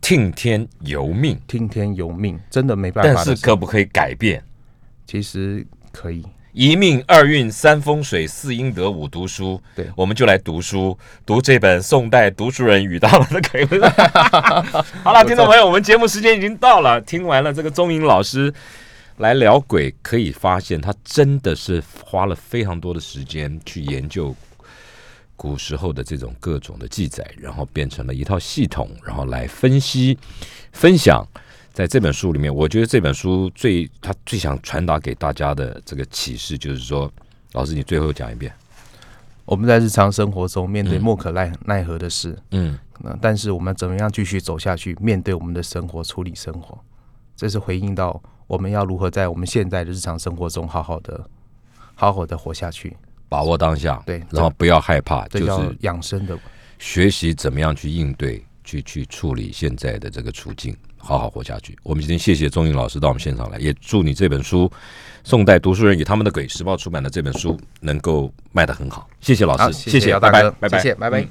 Speaker 2: 听天由命，
Speaker 3: 听天由命，真的没办
Speaker 2: 但
Speaker 3: 法
Speaker 2: 是
Speaker 3: 的事。
Speaker 2: 可不可以改变？
Speaker 3: 其实可以。
Speaker 2: 一命二运三风水四阴德五读书，
Speaker 3: 对
Speaker 2: 我们就来读书，读这本宋代读书人与他们的鬼文。好了，听众朋友，我们节目时间已经到了，听完了这个钟颖老师来聊鬼，可以发现他真的是花了非常多的时间去研究古时候的这种各种的记载，然后变成了一套系统，然后来分析、分享。在这本书里面，我觉得这本书最他最想传达给大家的这个启示，就是说，老师你最后讲一遍，
Speaker 3: 我们在日常生活中面对莫可奈奈何的事，
Speaker 2: 嗯，
Speaker 3: 那、但是我们怎么样继续走下去，面对我们的生活，处理生活，这是回应到我们要如何在我们现在的日常生活中好好的、好好的活下去，
Speaker 2: 把握当下，
Speaker 3: 对
Speaker 2: 然后不要害怕，
Speaker 3: 这
Speaker 2: 就
Speaker 3: 叫
Speaker 2: 是
Speaker 3: 养生的。
Speaker 2: 学习怎么样去应对、去去处理现在的这个处境，好好活下去。我们今天谢谢钟颖老师到我们现场来，也祝你这本书《宋代读书人与他们的鬼》时报出版的这本书能够卖得很好。谢谢老
Speaker 3: 好，
Speaker 2: 师，谢
Speaker 3: 姚大
Speaker 2: 拜拜
Speaker 3: 哥，
Speaker 2: 拜拜，
Speaker 3: 谢谢，拜拜。
Speaker 2: 嗯